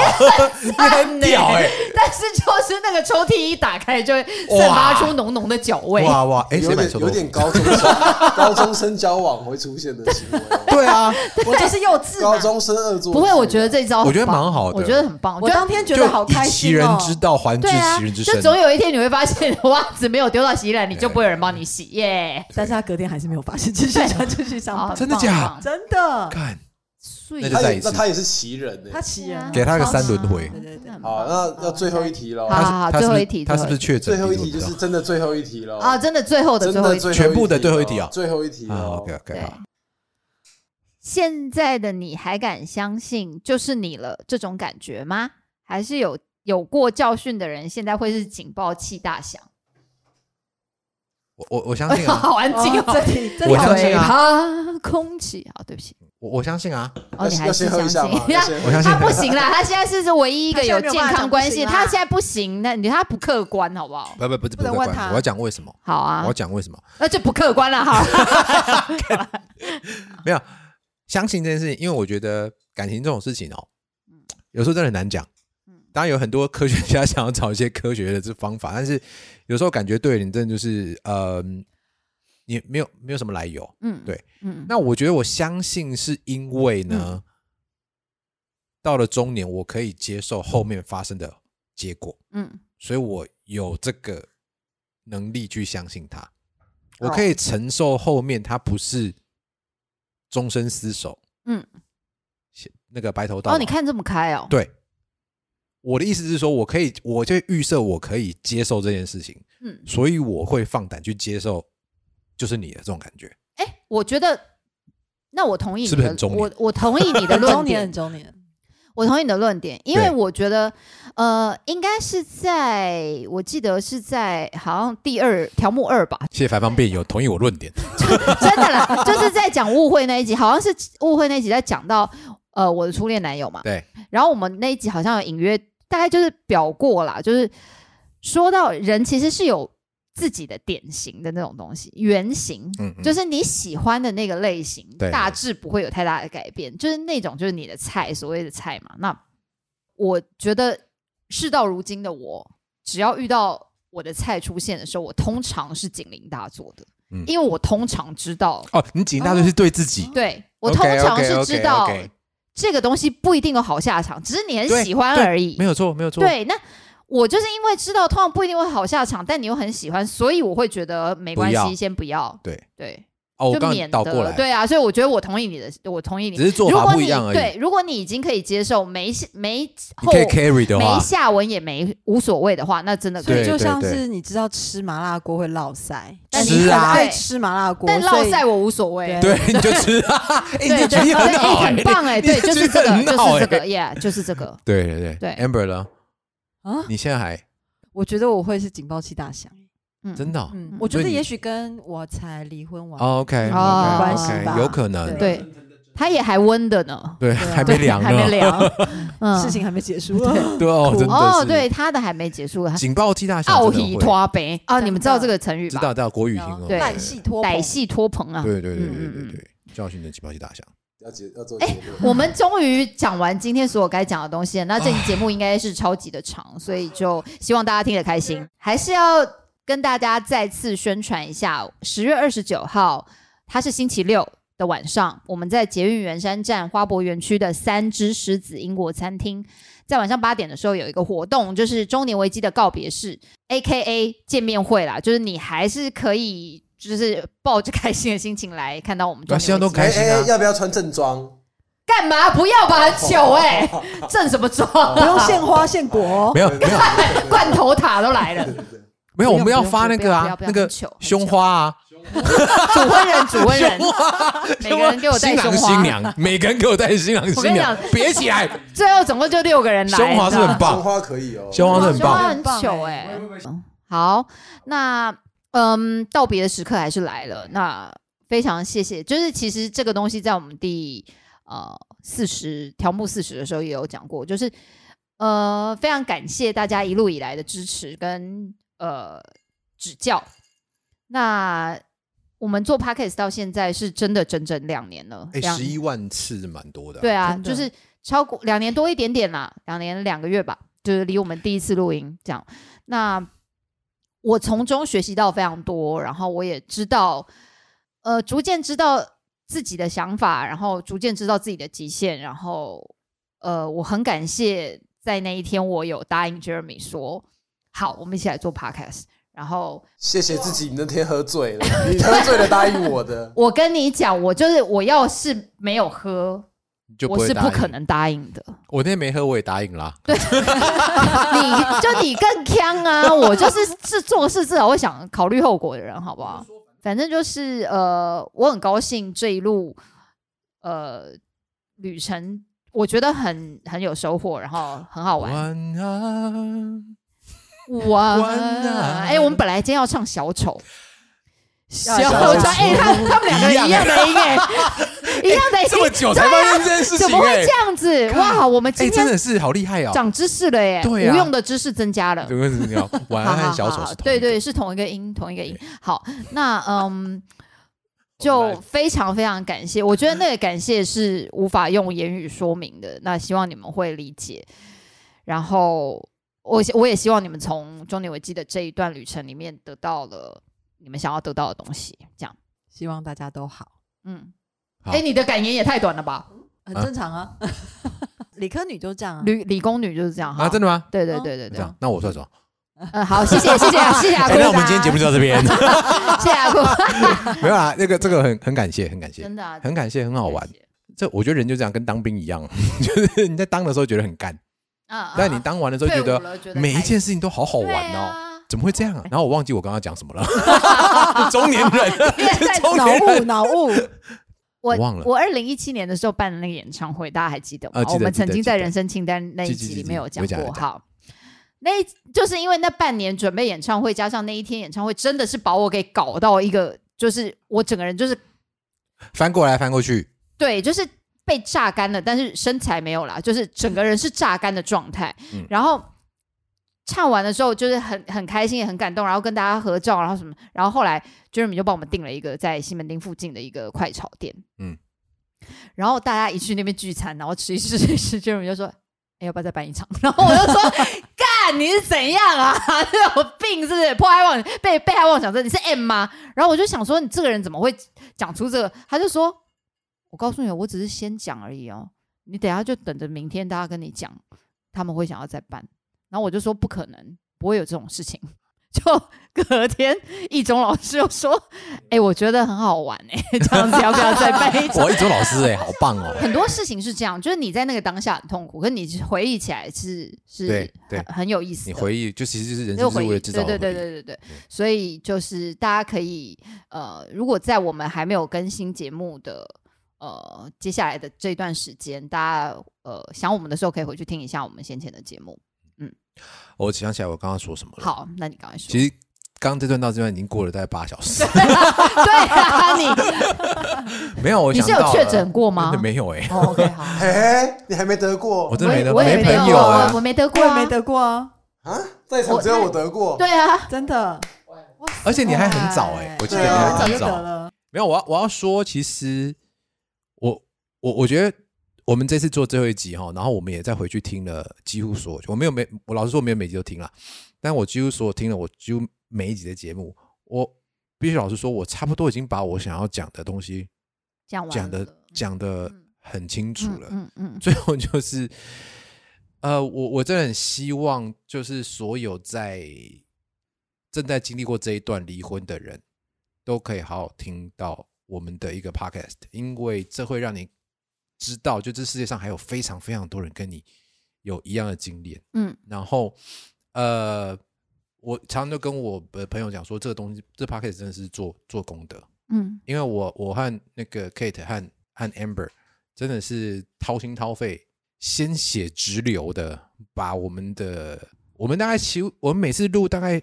Speaker 4: 你很屌哎、
Speaker 9: 但是就是那个抽屉一打开，就会散发出浓浓的脚味。
Speaker 4: 哇哇，哎、
Speaker 2: 有
Speaker 4: 谁买
Speaker 2: 点
Speaker 4: 臭
Speaker 2: 有
Speaker 4: 豆
Speaker 2: 点
Speaker 4: 腐？
Speaker 2: 高中生高中生交往会出现的 行为哦，
Speaker 4: 对啊，
Speaker 5: 我就是幼稚
Speaker 2: 高
Speaker 5: 嘛。
Speaker 2: 中生恶作剧
Speaker 9: 不会，我觉得这招
Speaker 4: 我
Speaker 9: 很棒
Speaker 4: 觉得蛮好的
Speaker 9: 我觉得很棒。我
Speaker 5: 我
Speaker 9: 觉得
Speaker 5: 当天觉
Speaker 4: 就
Speaker 5: 得好开
Speaker 4: 以其
Speaker 5: 心
Speaker 4: 人
Speaker 5: 哦。
Speaker 4: 之道还治
Speaker 9: 对啊
Speaker 4: 其人之，
Speaker 9: 就
Speaker 4: 身。
Speaker 9: 总有一天你会发现 袜子没有丢到洗衣篮，你就不会有人帮你洗耶。
Speaker 5: 但是他隔天还是没有发现，继续穿出去上
Speaker 9: 好
Speaker 5: 班，
Speaker 4: 真的假
Speaker 9: 棒棒
Speaker 5: 真的，
Speaker 4: 看，
Speaker 9: 碎
Speaker 4: 那就
Speaker 2: 他
Speaker 4: 再
Speaker 2: 也
Speaker 4: 一
Speaker 2: 那
Speaker 4: 次。
Speaker 2: 他也是奇人呢
Speaker 5: 他。骑
Speaker 9: 啊
Speaker 5: 人
Speaker 4: 给他个三轮回
Speaker 5: 啊对对对。
Speaker 2: 好，那要最后一题喽。
Speaker 9: 哦好
Speaker 4: 他是
Speaker 9: 好好
Speaker 4: 他是不
Speaker 9: 最
Speaker 4: 是
Speaker 9: 后一题
Speaker 4: 他是不是确诊？
Speaker 2: 最后一题
Speaker 4: 啊
Speaker 2: 就是真的最后一题喽。
Speaker 9: 啊，真的最后的
Speaker 2: 真
Speaker 9: 最后
Speaker 2: 的
Speaker 9: 一
Speaker 2: 最后一题咯
Speaker 4: 全部的最后一题啊
Speaker 2: 最后一题
Speaker 4: 啊
Speaker 2: 哦
Speaker 4: ，OK OK，好，
Speaker 9: 现在的你还敢相信就是你了这种感觉吗？还是有有过教训的人，现在会是警报器大响？
Speaker 4: 我我我相信 啊，
Speaker 9: 好安静哦，这里
Speaker 4: 我相信啊
Speaker 9: 空气，好，对不起，
Speaker 4: 我我相信啊，
Speaker 9: 哦，你还
Speaker 2: 要
Speaker 9: 是
Speaker 2: 先喝
Speaker 9: 相
Speaker 2: 一下
Speaker 9: 信
Speaker 2: 吗？要 先
Speaker 4: 我相信
Speaker 3: 啊
Speaker 9: 他不行啦，他现在是是唯一一个有健康关系，
Speaker 3: 他
Speaker 9: 他
Speaker 3: 现
Speaker 9: 现在不行，那你他不客观好不好？
Speaker 4: 不不不是不
Speaker 3: 能
Speaker 4: 客
Speaker 3: 问
Speaker 4: 观
Speaker 3: 他
Speaker 4: 我要讲为什么，
Speaker 9: 好
Speaker 4: 我
Speaker 9: 啊
Speaker 4: 要，讲为什么，
Speaker 9: 那就不客观了，好了，
Speaker 4: 没有相信这件事情，因为我觉得感情这种事情哦，有时候真的很难讲。当然有很多科学家 想要找一些科学的这方法，但是有时候感觉对你真的就是呃，你没有没有什么来由。
Speaker 9: 嗯，
Speaker 4: 对，
Speaker 9: 嗯，
Speaker 4: 那我觉得我相信是因为呢，到了中年我可以接受后面发生的结果，
Speaker 9: 嗯，
Speaker 4: 所以我有这个能力去相信它，我
Speaker 9: 哦
Speaker 4: 可以承受后面它不是终身厮守。
Speaker 9: 嗯，
Speaker 4: 那个白头到老。
Speaker 9: 哦，你看这么开哦，
Speaker 4: 对，我的意思是说，我可以，我就预设我可以接受这件事情，
Speaker 9: 嗯，
Speaker 4: 所以我会放胆去接受，就是你的这种感觉。
Speaker 9: 哎，我觉得，那我同意你
Speaker 4: 是不是
Speaker 9: 的
Speaker 4: 很中，年
Speaker 9: 我我同意你的论
Speaker 5: 中年很
Speaker 9: 点，
Speaker 5: 中年，
Speaker 9: 我同意你的论点，因为
Speaker 4: 对
Speaker 9: 我觉得，呃，应该是在我记得是在好像第二条目二吧，
Speaker 4: 谢谢樊方辩友同意我论点，
Speaker 9: 真的啦，就是在讲误会那一集，好像是误会那一集在讲到呃我的初恋男友嘛。
Speaker 4: 对。
Speaker 9: 然后我们那一集好像有隐约大概就是表过啦，就是说到人其实是有自己的典型的那种东西，原型。
Speaker 4: 嗯，嗯
Speaker 9: 就是你喜欢的那个类型，
Speaker 4: 对
Speaker 9: 大致不会有太大的改变，就是那种就是你的菜，所谓的菜嘛。那我觉得事到如今的我，只要遇到我的菜出现的时候，我通常是警铃大作的，
Speaker 4: 嗯
Speaker 9: 因为我通常知道，
Speaker 4: 哦，你警大队是对自己，
Speaker 9: 对我
Speaker 4: OK，
Speaker 9: 通常是
Speaker 4: OK，OK，
Speaker 9: 知道
Speaker 4: OK
Speaker 9: 这个东西不一定有好下场，只是你
Speaker 4: 对
Speaker 9: 很喜欢
Speaker 4: 对
Speaker 9: 而已
Speaker 4: 没。有错，没有错。
Speaker 9: 对，那我就是因为知道通常不一定会好下场，但你又很喜欢，所以我会觉得没
Speaker 4: 不
Speaker 9: 关
Speaker 4: 要
Speaker 9: 系，先不要。
Speaker 4: 对
Speaker 9: 对。
Speaker 4: 哦，我
Speaker 9: 就
Speaker 4: 刚
Speaker 9: 免
Speaker 4: 刚
Speaker 9: 得
Speaker 4: 倒过来，
Speaker 9: 对啊，所以我觉得我同意你的，我同意你。
Speaker 4: 只是做
Speaker 9: 如
Speaker 4: 法
Speaker 9: 果
Speaker 4: 不
Speaker 9: 你
Speaker 4: 一样而已。
Speaker 9: 对，如果你已经可以接受没下没
Speaker 4: 你
Speaker 9: 后
Speaker 4: 可以 carry 的
Speaker 9: 没
Speaker 4: 话，
Speaker 9: 下文也没无所谓的话，那真的
Speaker 5: 所
Speaker 4: 对
Speaker 5: 以
Speaker 9: 可
Speaker 5: 就
Speaker 9: 以。
Speaker 5: 像
Speaker 4: 对
Speaker 5: 是你知道吃麻辣锅会落腮，但你
Speaker 4: 是
Speaker 5: 很
Speaker 4: 啊
Speaker 5: 爱吃麻辣锅，
Speaker 9: 但
Speaker 5: 所
Speaker 9: 落
Speaker 5: 以
Speaker 9: 赛我无所谓。
Speaker 5: 对
Speaker 4: 对，你就 吃 啊。哎，你
Speaker 9: 对
Speaker 4: 这
Speaker 9: 对
Speaker 4: 举例
Speaker 9: 对，
Speaker 4: 很好，
Speaker 9: 哎
Speaker 4: 哎
Speaker 9: 很棒哎，
Speaker 4: 你
Speaker 9: 对，就是这个，
Speaker 4: 你这举例很
Speaker 9: 就
Speaker 4: 好
Speaker 9: 是这个
Speaker 4: 哎
Speaker 9: ，yeah，就是这个。
Speaker 4: 对对
Speaker 9: 对
Speaker 4: 对，Amber 呢？
Speaker 5: 啊，
Speaker 4: 你现在还
Speaker 5: 我觉得我会是警报器大响。
Speaker 9: 嗯
Speaker 4: 真的哦
Speaker 5: 嗯
Speaker 9: 嗯，
Speaker 5: 我觉
Speaker 4: 所以
Speaker 5: 得
Speaker 4: 你
Speaker 5: 也许跟我才离婚完，
Speaker 4: 哦？OK，
Speaker 9: 哦
Speaker 5: 关系
Speaker 4: OK，
Speaker 5: 吧
Speaker 4: 有可能，
Speaker 5: 对
Speaker 9: 对，他也还温的呢，
Speaker 4: 对，
Speaker 5: 啊
Speaker 4: 还没凉呢，
Speaker 9: 还没凉， 嗯
Speaker 5: 事情还没结束。
Speaker 4: 对哦，真的是
Speaker 9: 哦，对，，他的还没结束，还
Speaker 4: 警报器大响，
Speaker 9: 奥
Speaker 4: 真的
Speaker 9: 体
Speaker 4: 会
Speaker 9: 拖杯啊，你们知道这个成语
Speaker 4: 知
Speaker 9: 吧？
Speaker 4: 道，知道国语听哦，
Speaker 9: 对
Speaker 5: 歹戏拖棚
Speaker 9: 歹，戏拖棚啊。
Speaker 4: 对对对对对
Speaker 9: 嗯嗯
Speaker 4: 对
Speaker 9: 嗯
Speaker 4: 对，教训你的警报器大响，
Speaker 2: 要结要做
Speaker 9: 哎
Speaker 2: 结 论。
Speaker 9: 我们终于讲完今天所有该讲的东西了，那这期节目应该是超级的长，所以就希望大家听得开心。 还是要跟大家再次宣传一下，十月二十九号，它是星期六。的晚上，我们在捷运圆山站花博园区的三只狮子英国餐厅，在晚上八点的时候有一个活动，就是中年危机的告别式，A K A 见面会啦，就是你还是可以就是抱着开心的心情来看到我们中
Speaker 4: 那
Speaker 9: 年危机。
Speaker 4: 希望都开心啊，
Speaker 2: 哎要不要穿正装？
Speaker 9: 干嘛？不要吧，很糗哎、正什么装？
Speaker 5: 不用献花献果哦，
Speaker 4: 没有 没有
Speaker 9: 罐头塔都来了，
Speaker 4: 没有，
Speaker 9: 不
Speaker 4: 我
Speaker 9: 用
Speaker 4: 们要发那个啊，
Speaker 9: 不
Speaker 4: 那
Speaker 9: 用不用不用
Speaker 4: 个
Speaker 9: 很糗很糗
Speaker 4: 胸花啊，
Speaker 9: 主婚人，主婚人， 每个人给我带
Speaker 4: 新
Speaker 9: 胸
Speaker 4: 郎
Speaker 9: 花，
Speaker 4: 新娘，每个人给我带新郎
Speaker 9: 我跟
Speaker 4: 新
Speaker 9: 你
Speaker 4: 娘
Speaker 9: 讲，
Speaker 4: 别起来，
Speaker 9: 最后总共就六个人来，
Speaker 4: 胸华是
Speaker 9: 你
Speaker 4: 很
Speaker 9: 知道
Speaker 2: 红
Speaker 9: 吗
Speaker 4: 棒，
Speaker 2: 花可以哦。
Speaker 4: 胸花是很
Speaker 9: 胸花
Speaker 4: 棒，
Speaker 9: 很糗哎、
Speaker 5: 很
Speaker 9: 嗯好，那嗯，道别的时刻还是来了，那非常谢谢。就是其实这个东西在我们第呃四十条目四十的时候也有讲过，就是呃非常感谢大家一路以来的支持跟呃指教。那我们做 podcast 到现在是真的整整两年了，
Speaker 4: 哎，
Speaker 9: 两
Speaker 4: 十一万次蛮多的，
Speaker 9: 对，啊，
Speaker 5: 真的
Speaker 9: 就是超过两年多一点点啦，两年两个月吧，就是离我们第一次录音这样。那我从中学习到非常多，然后我也知道，呃，逐渐知道自己的想法，然后逐渐知道自己的极限，然后呃，我很感谢在那一天我有答应 Jeremy 说，好，我们一起来做 podcast。然后。
Speaker 2: 谢谢自己，你那天喝醉了，你喝醉了答应我的
Speaker 9: 我跟你讲，我就是我要是没有喝，
Speaker 4: 就不
Speaker 9: 我
Speaker 4: 会
Speaker 9: 是
Speaker 4: 答
Speaker 9: 不
Speaker 4: 应
Speaker 9: 可，能答应的。
Speaker 4: 我那天没喝我也答应啦，
Speaker 9: 你就你更呛啊！我就是是做事至少会想考虑后果的人，好不好？反正就是呃，我很高兴这一路呃旅程，我觉得很很有收获，然后很好玩。
Speaker 4: 晚安。
Speaker 9: 哇
Speaker 4: 晚安
Speaker 9: 哎、我们本来今天要唱小丑，
Speaker 3: 小丑
Speaker 2: 丑
Speaker 3: 川，哎，他他们两个
Speaker 2: 一样
Speaker 3: 一样的音哎，
Speaker 9: 一样
Speaker 4: 哎
Speaker 9: 的，
Speaker 2: 这么久才发生这件事
Speaker 9: 哎啊怎
Speaker 2: 情
Speaker 9: 么
Speaker 2: 哎
Speaker 9: 会这，样子？哇，我们
Speaker 4: 哎，
Speaker 9: 今
Speaker 4: 真
Speaker 9: 天
Speaker 4: 的是好厉害哦！
Speaker 9: 长知识了耶，
Speaker 4: 对啊
Speaker 9: 无用的知识增加了。
Speaker 4: 对，为什么你要晚
Speaker 9: 好
Speaker 4: 安
Speaker 9: 好
Speaker 4: 和哎小
Speaker 9: 好
Speaker 4: 丑
Speaker 9: 好
Speaker 4: 是同
Speaker 9: 对
Speaker 4: 一个
Speaker 9: 对，是同一个音，同一个音。好，那嗯，
Speaker 4: 好
Speaker 9: 就
Speaker 4: 来
Speaker 9: 非常非常感谢，我觉得那个感谢是无法用言语说明的，那希望你们会理解。然后我希我也希望你们从中年危机的这一段旅程里面得到了你们想要得到的东西，这样，
Speaker 5: 希望大家都好，
Speaker 9: 嗯。
Speaker 4: 好
Speaker 9: 哎，你的感言也太短了吧？
Speaker 5: 很
Speaker 4: 啊
Speaker 5: 正常啊。 理科女就这样啊，
Speaker 9: 理理工女就是这样
Speaker 4: 嗯
Speaker 9: 哈。
Speaker 4: 啊，真的吗？
Speaker 9: 对对对对啊
Speaker 4: 这
Speaker 9: 对，
Speaker 4: 样，那我算什么？
Speaker 9: 嗯，好，谢谢谢谢啊谢谢阿
Speaker 4: 哎
Speaker 9: 坤，
Speaker 4: 那我们今天节目就到这边，
Speaker 9: 谢谢啊阿坤，
Speaker 4: 没有啦，那个这个很很感谢，很感谢，
Speaker 9: 真的啊
Speaker 4: 很感谢，很好玩
Speaker 9: 谢。谢
Speaker 4: 这我觉得人就这样，跟当兵一样， 就是你在当的时候觉得很干，
Speaker 9: 嗯，嗯
Speaker 4: 但你
Speaker 9: 嗯
Speaker 4: 当完了之后
Speaker 9: 退
Speaker 4: 觉
Speaker 9: 伍
Speaker 4: 得
Speaker 9: 了觉
Speaker 4: 每一
Speaker 9: 开
Speaker 4: 件
Speaker 9: 心
Speaker 4: 事情都好好
Speaker 9: 对
Speaker 4: 玩哦。
Speaker 9: 啊
Speaker 4: 怎么会这样、啊？然后我忘记我刚刚讲什么了。 中年人， 中
Speaker 5: 脑
Speaker 4: 年
Speaker 5: 雾
Speaker 4: 人，
Speaker 5: 脑 雾，
Speaker 9: 我
Speaker 4: 忘了
Speaker 9: 我二零一七年的时候办的那个演唱会，大家还记得吗？
Speaker 4: 啊记得
Speaker 9: 我们
Speaker 4: 记得
Speaker 9: 曾经在
Speaker 4: 记得
Speaker 9: 人生清单那一
Speaker 4: 记记
Speaker 9: 集
Speaker 4: 记
Speaker 9: 里面有讲
Speaker 4: 有讲有
Speaker 9: 过。
Speaker 4: 讲
Speaker 9: 好，那一就是因为那半年准备演唱会，加上那一天演唱会，真的是把我给搞到一个，就是我整个人就是
Speaker 4: 翻过来翻过 去，
Speaker 9: 对，就是被榨干了，但是身材没有啦，就是整个人是榨干的状态。
Speaker 4: 嗯
Speaker 9: 然后唱完的时候就是很很开心，也很感动，然后跟大家合照，然后什么，然后后来 Jeremy 就帮我们订了一个在西门町附近的一个快炒店，
Speaker 4: 嗯
Speaker 9: 嗯，然后大家一去那边聚餐，然后吃一吃吃一吃，Jeremy 就说。哎要不要再办一场？ 然后我就说：“干，你是怎样啊？ 这有病是不是？迫害妄被被害妄想症，你是 M 吗？”然后我就想说：“你这个人怎么会讲出这个？”他就说：“我告诉你，哦我只是先讲而已哦。你等下就等着明天大家跟你讲，他们会想要再办。然后我就说不可能，不会有这种事情。 就隔天，一中老师又说：“哎、我觉得很好玩哎、 这样子要不 要再办一场
Speaker 4: 哇，一周老师哎、好棒哦！”
Speaker 9: 很多事情是这样，就是你在那个当下很痛苦，可是你回忆起来是是
Speaker 4: 对对
Speaker 9: 很很有意思
Speaker 4: 你
Speaker 9: 的。
Speaker 4: 回忆就其实是人
Speaker 9: 就
Speaker 4: 生是
Speaker 9: 回
Speaker 4: 为
Speaker 9: 忆，
Speaker 4: 了制造的
Speaker 9: 对对对
Speaker 4: 回忆嗯
Speaker 9: 对对对，所以就是大家可以呃，如果在我们还没有更新节目的呃接下来的这段时间，大家呃想我们的时候，可以回去听一下我们先前的节目。
Speaker 4: 哦我想起来我刚刚说什么了。，
Speaker 9: 好，那你刚才说，
Speaker 4: 其实刚刚这段到这段已经过了大概八小 时，
Speaker 9: 对 啊，你
Speaker 4: 没有，我
Speaker 9: 你
Speaker 4: 想
Speaker 9: 是有
Speaker 4: 到
Speaker 9: 确
Speaker 4: 了
Speaker 9: 诊过吗
Speaker 4: 真的？没有哎、
Speaker 9: 哦，OK，好，
Speaker 2: 哎，你还没得
Speaker 4: 我
Speaker 2: 过
Speaker 4: 真的没得，
Speaker 9: 我也
Speaker 4: 没
Speaker 9: 没有
Speaker 4: 朋友哎、
Speaker 9: 我我没得
Speaker 5: 我
Speaker 9: 过
Speaker 5: 也
Speaker 9: 啊，
Speaker 5: 没得过啊，
Speaker 2: 啊？在场只有我得过，
Speaker 9: 对啊，
Speaker 5: 真的。
Speaker 4: 而且你还很早哎、我记得
Speaker 2: 对
Speaker 4: 你
Speaker 2: 啊
Speaker 4: 还
Speaker 5: 早
Speaker 4: 很
Speaker 5: 就
Speaker 4: 早。
Speaker 5: 得了，
Speaker 4: 没有，我要我要说，其实我我我觉得我们这次做最后一集哈，然后我们也再回去听了几乎所有，我没有每我老实说我没有每集都听了，但我几乎所有听了我几乎每一集的节目，我必须老实说，我差不多已经把我想要讲的东西
Speaker 9: 讲完
Speaker 4: 讲的
Speaker 9: 了
Speaker 4: 讲的
Speaker 9: 嗯
Speaker 4: 很清楚了。
Speaker 9: 嗯嗯嗯，
Speaker 4: 最后就是， 呃，我我真的很希望，就是所有在正在经历过这一段离婚的人，都可以好好听到我们的一个 podcast，因为这会让你知道，就这世界上还有非常非常多人跟你有一样的经历。
Speaker 9: 嗯，
Speaker 4: 然后呃，我常常就跟我的朋友讲说，这个东西，这 podcast 真的是做做功德。
Speaker 9: 嗯
Speaker 4: 因为我我和那个 Kate 和和 Amber 真的是掏心掏肺、鲜血直流的，把我们的我们大概其我们每次录大概，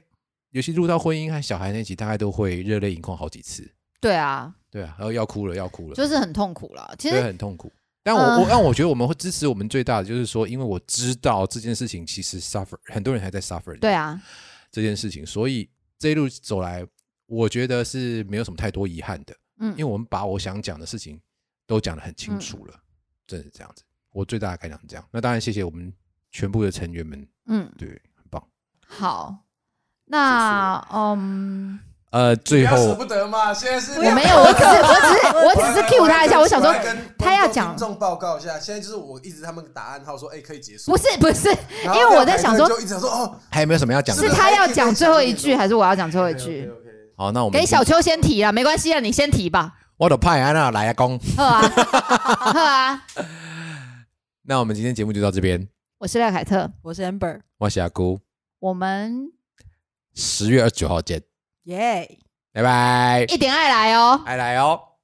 Speaker 4: 尤其录到婚姻和小孩那集，大概都会热泪盈眶好几次。
Speaker 9: 对啊，
Speaker 4: 对啊，然后要哭了，要哭了，
Speaker 9: 就是很痛苦了。其
Speaker 4: 对，
Speaker 9: 实
Speaker 4: 很痛苦。但我、我但我觉得我们会支持我们最大的就是说，因为我知道这件事情其实 suffer 很多人还在 suffer
Speaker 9: 对啊，
Speaker 4: 这件事情，所以这一路走来，我觉得是没有什么太多遗憾的。
Speaker 9: 嗯
Speaker 4: 因为我们把我想讲的事情都讲得很清楚了，真的是这样子。我最大的感想是这样。那当然，谢谢我们全部的成员们，
Speaker 9: 嗯
Speaker 4: 对，很棒。
Speaker 9: 好，那嗯。
Speaker 4: 呃，最
Speaker 2: 不要舍
Speaker 4: 后
Speaker 2: 不得嘛。现在是
Speaker 9: 我没有，我只是我只是我只是 cue 他一下，我想说
Speaker 2: 来跟
Speaker 9: 他要讲
Speaker 2: 观众报告一下，现在就是我一直他们打暗号说，哎，可以结束。
Speaker 9: 不是不是，
Speaker 2: 然后
Speaker 9: 因为我在想说
Speaker 2: 两个人就一直想说，哦，
Speaker 4: 还有没有什么要讲
Speaker 9: 是
Speaker 4: 的？
Speaker 9: 他要讲最后一句，还是我要讲最后一句？
Speaker 2: OK，OK，OK。
Speaker 4: 好，那我们
Speaker 9: 给小秋先提啊，没关系啊，你先提吧。
Speaker 4: 我的派安娜来啊公。
Speaker 9: 好啊，好啊，
Speaker 4: 那我们今天节目就到这边，
Speaker 9: 我是廖凯特，
Speaker 5: 我是 Amber，
Speaker 4: 我是阿姑，
Speaker 9: 我们
Speaker 4: 十月二十九号见，
Speaker 5: 耶。
Speaker 4: 拜拜，
Speaker 9: 一点爱来哦。
Speaker 4: 爱来哦。